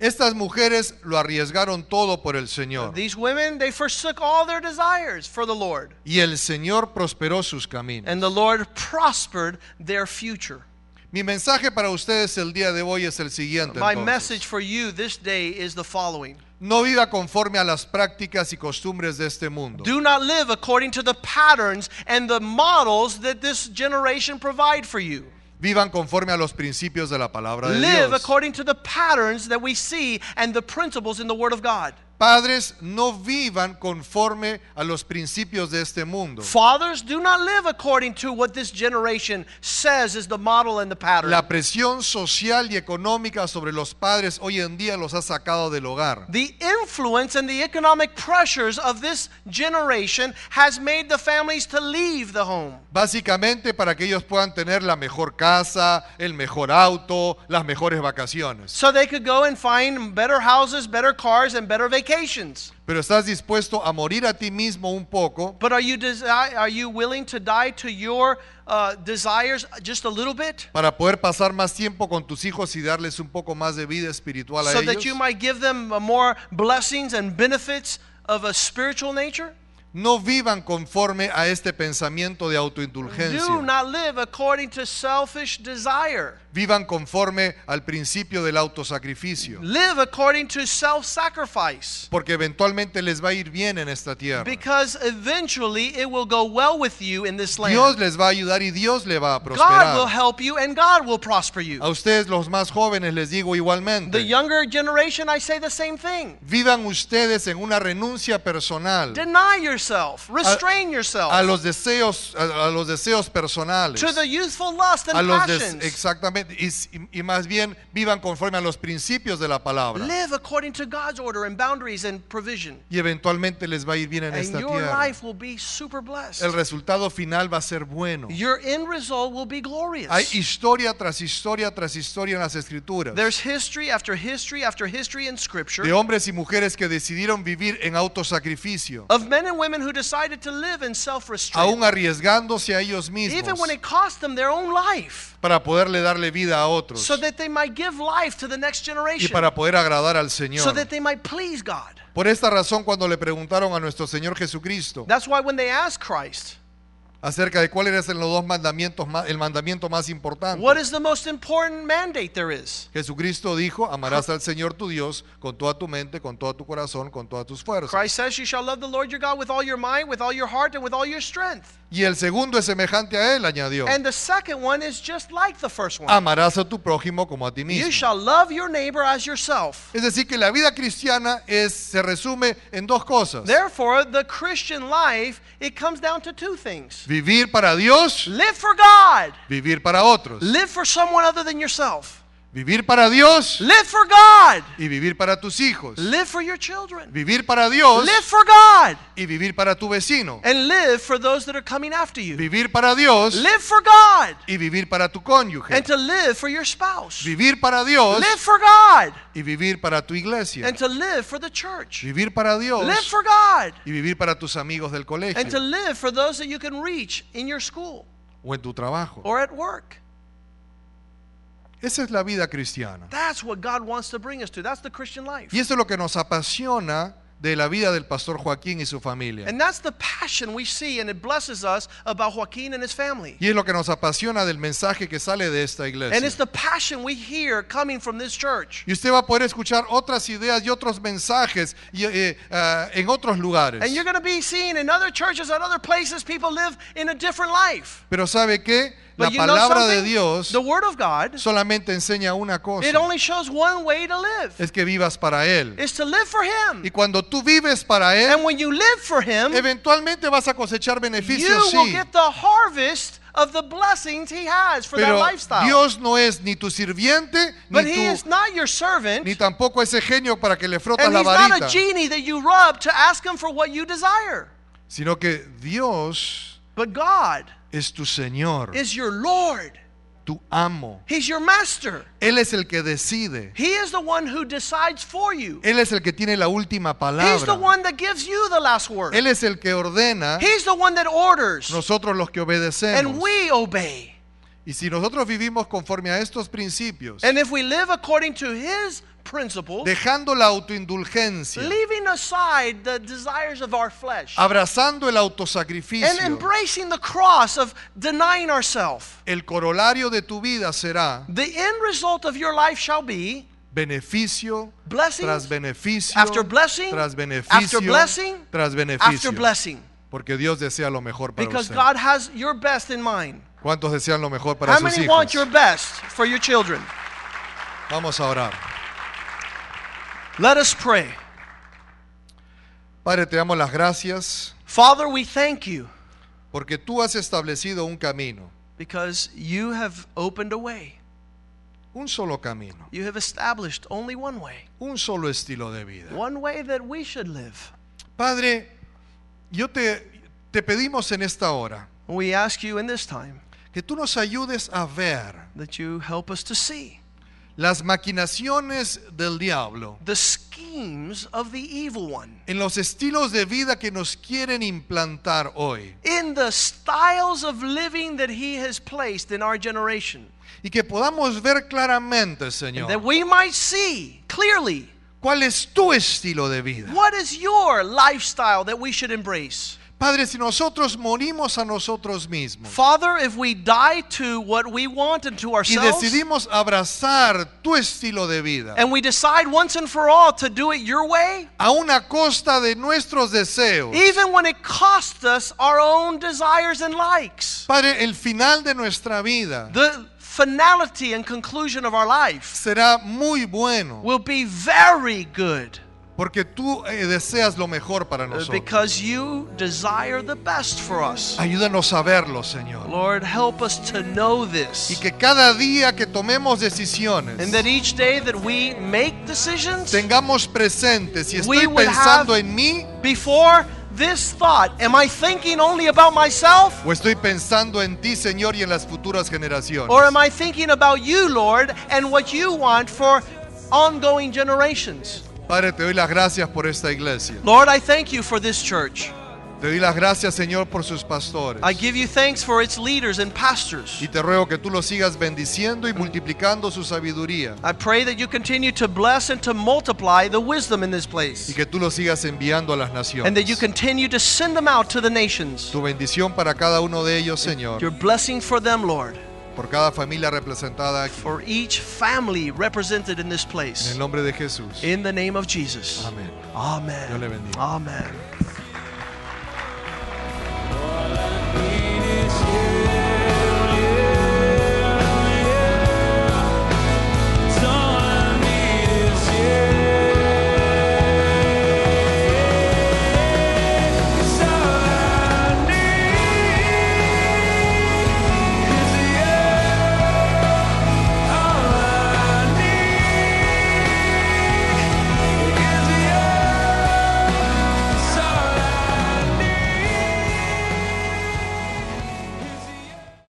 Speaker 1: Estas mujeres lo arriesgaron todo por el Señor
Speaker 2: These women, they forsook all their desires for the Lord.
Speaker 1: y el Señor prosperó sus caminos.
Speaker 2: and the Lord prospered their future.
Speaker 1: Mi mensaje para ustedes el día de hoy es el siguiente.
Speaker 2: My
Speaker 1: entonces.
Speaker 2: message for you this day is the following
Speaker 1: No viva conforme a las prácticas y costumbres de este mundo.
Speaker 2: Do not live according to the patterns and the models that this generation provide for you.
Speaker 1: Vivan conforme a los principios de la palabra de
Speaker 2: Live
Speaker 1: Dios.
Speaker 2: according to the patterns that we see and the principles in the Word of God.
Speaker 1: Padres, no vivan conforme a los principios de este mundo.
Speaker 2: Fathers, do not live according to what this generation says is the model and the pattern.
Speaker 1: La presión social y económica sobre los padres hoy en día los ha sacado del hogar.
Speaker 2: The influence and the economic pressures of this generation has made the families to leave the home.
Speaker 1: Básicamente para que ellos puedan tener la mejor casa, el mejor auto, las mejores vacaciones.
Speaker 2: so they could go and find better houses, better cars, and better vacations.
Speaker 1: Pero estás dispuesto a morir a ti mismo un poco
Speaker 2: But are you desi- are you willing to die to your uh, desires just a little bit,
Speaker 1: para poder pasar más tiempo con tus hijos y darles un poco más de vida espiritual a
Speaker 2: so that
Speaker 1: ellos.
Speaker 2: you might give them uh, more blessings and benefits of a spiritual nature?
Speaker 1: No vivan conforme a este pensamiento de
Speaker 2: Do
Speaker 1: autoindulgencia.
Speaker 2: not live according to selfish desire.
Speaker 1: Vivan conforme al principio del autosacrificio.
Speaker 2: Live according to self sacrifice.
Speaker 1: Porque eventualmente les va a ir bien en esta tierra.
Speaker 2: Because eventually it will go well with you in this land.
Speaker 1: Dios les va a ayudar y Dios le va a
Speaker 2: God will
Speaker 1: prosperar.
Speaker 2: help you and God will prosper you.
Speaker 1: A ustedes los más jóvenes les digo
Speaker 2: The
Speaker 1: igualmente.
Speaker 2: younger generation, I say the same thing.
Speaker 1: Vivan ustedes en una renuncia personal
Speaker 2: Deny yourself, restrain yourself
Speaker 1: a los deseos, a, a los deseos personales.
Speaker 2: to the youthful lust and
Speaker 1: A los des-
Speaker 2: passions.
Speaker 1: exactamente. Y, s- y- y más bien vivan conforme a los principios de la palabra.
Speaker 2: Live according to God's order and boundaries and provision.
Speaker 1: y eventualmente les va a ir bien en
Speaker 2: And
Speaker 1: esta
Speaker 2: your
Speaker 1: tierra.
Speaker 2: life will be super blessed.
Speaker 1: El resultado final va a ser bueno.
Speaker 2: Your end result will be glorious.
Speaker 1: Hay historia tras historia tras historia en las escrituras
Speaker 2: There's history after history after history in Scripture
Speaker 1: de hombres y mujeres que decidieron vivir en autosacrificio,
Speaker 2: of men and women who decided to live in self
Speaker 1: aún
Speaker 2: restraint,
Speaker 1: arriesgándose a ellos
Speaker 2: even
Speaker 1: mismos
Speaker 2: when it cost them their own life,
Speaker 1: para poderle darle vida a otros
Speaker 2: so that they might give life to the next
Speaker 1: y
Speaker 2: generation,
Speaker 1: para poder agradar al
Speaker 2: so
Speaker 1: Señor.
Speaker 2: that they might please God.
Speaker 1: Por esta razón, cuando le preguntaron a nuestro Señor Jesucristo
Speaker 2: That's why when they asked Christ,
Speaker 1: acerca de cuál era los dos mandamientos, ma- el mandamiento más importante,
Speaker 2: What is the most important mandate there is?
Speaker 1: Jesucristo dijo, amarás al Señor tu Dios con toda tu mente, con todo tu corazón, con todas tus fuerzas.
Speaker 2: Christ says, You shall love the Lord your God with all your mind, with all your heart, and with all your strength.
Speaker 1: Y el segundo es semejante a él, añadió.
Speaker 2: And the second one is just like the first one
Speaker 1: Amarás a tu prójimo como a ti
Speaker 2: You
Speaker 1: mismo.
Speaker 2: shall love your neighbor as yourself.
Speaker 1: Es decir, que la vida cristiana es, se resume en dos cosas.
Speaker 2: Therefore, the Christian life, it comes down to two things
Speaker 1: Vivir para Dios,
Speaker 2: live for God,
Speaker 1: vivir para otros.
Speaker 2: live for someone other than yourself,
Speaker 1: Vivir para Dios
Speaker 2: live for God,
Speaker 1: y vivir para tus hijos.
Speaker 2: live for your children,
Speaker 1: Vivir para Dios
Speaker 2: live for God,
Speaker 1: y vivir para tu vecino.
Speaker 2: and live for those that are coming after you,
Speaker 1: Vivir para Dios
Speaker 2: live for God,
Speaker 1: y vivir para tu cónyuge.
Speaker 2: and to live for your spouse.
Speaker 1: Vivir para Dios
Speaker 2: Live for God
Speaker 1: y vivir para tu iglesia.
Speaker 2: and to live for the church.
Speaker 1: Vivir para Dios
Speaker 2: Live for God
Speaker 1: y vivir para tus amigos del
Speaker 2: and to
Speaker 1: colegio
Speaker 2: live for those that you can reach in your school
Speaker 1: o en tu trabajo.
Speaker 2: or at work.
Speaker 1: Esa es la vida cristiana.
Speaker 2: That's what God wants to bring us to. That's the Christian life.
Speaker 1: Y eso es lo que nos apasiona de la vida del pastor Joaquín y su familia.
Speaker 2: And that's the passion we see, and it blesses us about Joaquin and his family.
Speaker 1: Y es lo que nos apasiona del mensaje que sale de esta
Speaker 2: And it's
Speaker 1: iglesia.
Speaker 2: the passion we hear coming from this church.
Speaker 1: Y usted va a poder escuchar otras ideas y otros mensajes y, eh, ah, en otros lugares.
Speaker 2: And you're going to be seeing in other churches and other places people live in a different life.
Speaker 1: Pero ¿sabe qué? La
Speaker 2: But you know
Speaker 1: palabra de
Speaker 2: something?
Speaker 1: Dios
Speaker 2: the Word of God,
Speaker 1: solamente enseña una
Speaker 2: it
Speaker 1: cosa.
Speaker 2: only shows one way to live.
Speaker 1: Es que vivas para Él.
Speaker 2: It's to live for Him.
Speaker 1: Y cuando tú vives para Él,
Speaker 2: And when you live for Him,
Speaker 1: eventualmente vas a cosechar
Speaker 2: you
Speaker 1: beneficios,
Speaker 2: will
Speaker 1: sí.
Speaker 2: get the harvest of the blessings He has for that
Speaker 1: Pero
Speaker 2: lifestyle.
Speaker 1: Dios no es ni tu sirviente,
Speaker 2: but
Speaker 1: ni,
Speaker 2: He
Speaker 1: tu,
Speaker 2: is not your servant,
Speaker 1: ni tampoco ese genio para que le frotas
Speaker 2: and
Speaker 1: la
Speaker 2: He's not
Speaker 1: varita,
Speaker 2: a genie that you rub to ask Him for what you desire.
Speaker 1: sino que Dios
Speaker 2: But God
Speaker 1: es tu Señor,
Speaker 2: is your Lord,
Speaker 1: tu amo.
Speaker 2: He's your master.
Speaker 1: Él es el que decide.
Speaker 2: He is the one who decides for you,
Speaker 1: Él es el que tiene la última
Speaker 2: He's the
Speaker 1: palabra.
Speaker 2: one that gives you the last word,
Speaker 1: Él es el que ordena,
Speaker 2: He's the one that orders,
Speaker 1: nosotros los que
Speaker 2: and
Speaker 1: obedecemos.
Speaker 2: we obey.
Speaker 1: Y si nosotros vivimos conforme a estos principios,
Speaker 2: And if we live according to His principles,
Speaker 1: dejando la autoindulgencia,
Speaker 2: leaving aside the desires of our flesh,
Speaker 1: abrazando el
Speaker 2: and
Speaker 1: autosacrificio,
Speaker 2: embracing the cross of denying ourselves.
Speaker 1: el corolario de tu vida será
Speaker 2: The end result of your life shall be
Speaker 1: beneficio
Speaker 2: blessing
Speaker 1: tras beneficio,
Speaker 2: after blessing,
Speaker 1: tras
Speaker 2: after
Speaker 1: beneficio,
Speaker 2: blessing,
Speaker 1: tras beneficio,
Speaker 2: after blessing.
Speaker 1: porque Dios desea lo mejor para
Speaker 2: Because
Speaker 1: usted.
Speaker 2: God has your best in mind.
Speaker 1: ¿Cuántos desean lo mejor para
Speaker 2: How
Speaker 1: sus
Speaker 2: many
Speaker 1: hijos?
Speaker 2: want your best for your children?
Speaker 1: Vamos a orar.
Speaker 2: Let us pray.
Speaker 1: Padre, te damos las gracias
Speaker 2: Father, we thank you
Speaker 1: porque tú has establecido un camino,
Speaker 2: because you have opened a way.
Speaker 1: un solo camino,
Speaker 2: You have established only one way,
Speaker 1: un solo estilo de vida.
Speaker 2: one way that we should live.
Speaker 1: Padre, yo te, te pedimos en esta hora
Speaker 2: We ask you in this time
Speaker 1: que tú nos ayudes a ver
Speaker 2: that you help us to see
Speaker 1: las maquinaciones del diablo
Speaker 2: the schemes of the evil one.
Speaker 1: en los estilos de vida que nos quieren implantar hoy.
Speaker 2: in the styles of living that he has placed in our generation.
Speaker 1: y que podamos ver claramente,
Speaker 2: That
Speaker 1: Señor,
Speaker 2: we might see clearly
Speaker 1: cuál es tu estilo de vida.
Speaker 2: what is your lifestyle that we should embrace.
Speaker 1: Padre, si nosotros morimos a nosotros mismos
Speaker 2: Father, if we die to what we want and to
Speaker 1: y
Speaker 2: ourselves,
Speaker 1: decidimos abrazar tu estilo de vida
Speaker 2: and we decide once and for all to do it your way,
Speaker 1: a una costa de nuestros deseos,
Speaker 2: even when it costs us our own desires and likes,
Speaker 1: Padre, el final de nuestra vida
Speaker 2: the finality and conclusion of our life
Speaker 1: será muy bueno
Speaker 2: will be very good
Speaker 1: porque tú eh, deseas lo mejor para
Speaker 2: uh,
Speaker 1: nosotros.
Speaker 2: because you desire the best for us.
Speaker 1: Ayúdanos a verlo, Señor.
Speaker 2: Lord, help us to know
Speaker 1: Y
Speaker 2: this.
Speaker 1: que cada día que tomemos
Speaker 2: And
Speaker 1: decisiones,
Speaker 2: that each day that we make decisions,
Speaker 1: tengamos presente si
Speaker 2: We
Speaker 1: estoy
Speaker 2: will
Speaker 1: pensando
Speaker 2: have-
Speaker 1: en mí
Speaker 2: before this thought, am I thinking only about myself?
Speaker 1: o estoy pensando en ti, Señor, y en las futuras generaciones.
Speaker 2: Or am I thinking about you, Lord, and what you want for ongoing generations?
Speaker 1: Padre, te doy las gracias por esta iglesia.
Speaker 2: Lord, I thank you for this church.
Speaker 1: Te doy las gracias, Señor, por sus pastores.
Speaker 2: I give you thanks for its leaders and pastors.
Speaker 1: Y te ruego que tú los sigas bendiciendo y multiplicando su sabiduría.
Speaker 2: I pray that you continue to bless and to multiply the wisdom in this
Speaker 1: Y
Speaker 2: place.
Speaker 1: que tú los sigas enviando a las
Speaker 2: And that you
Speaker 1: naciones.
Speaker 2: continue to send them out to the nations.
Speaker 1: Tu bendición para cada uno de ellos,
Speaker 2: Your
Speaker 1: Señor.
Speaker 2: blessing for them, Lord.
Speaker 1: Por cada familia representada aquí.
Speaker 2: for each family represented in this
Speaker 1: En
Speaker 2: place.
Speaker 1: el nombre de Jesús.
Speaker 2: In the name of Jesus.
Speaker 1: Amén.
Speaker 2: Amen.
Speaker 1: Dios le bendiga.
Speaker 2: Amen.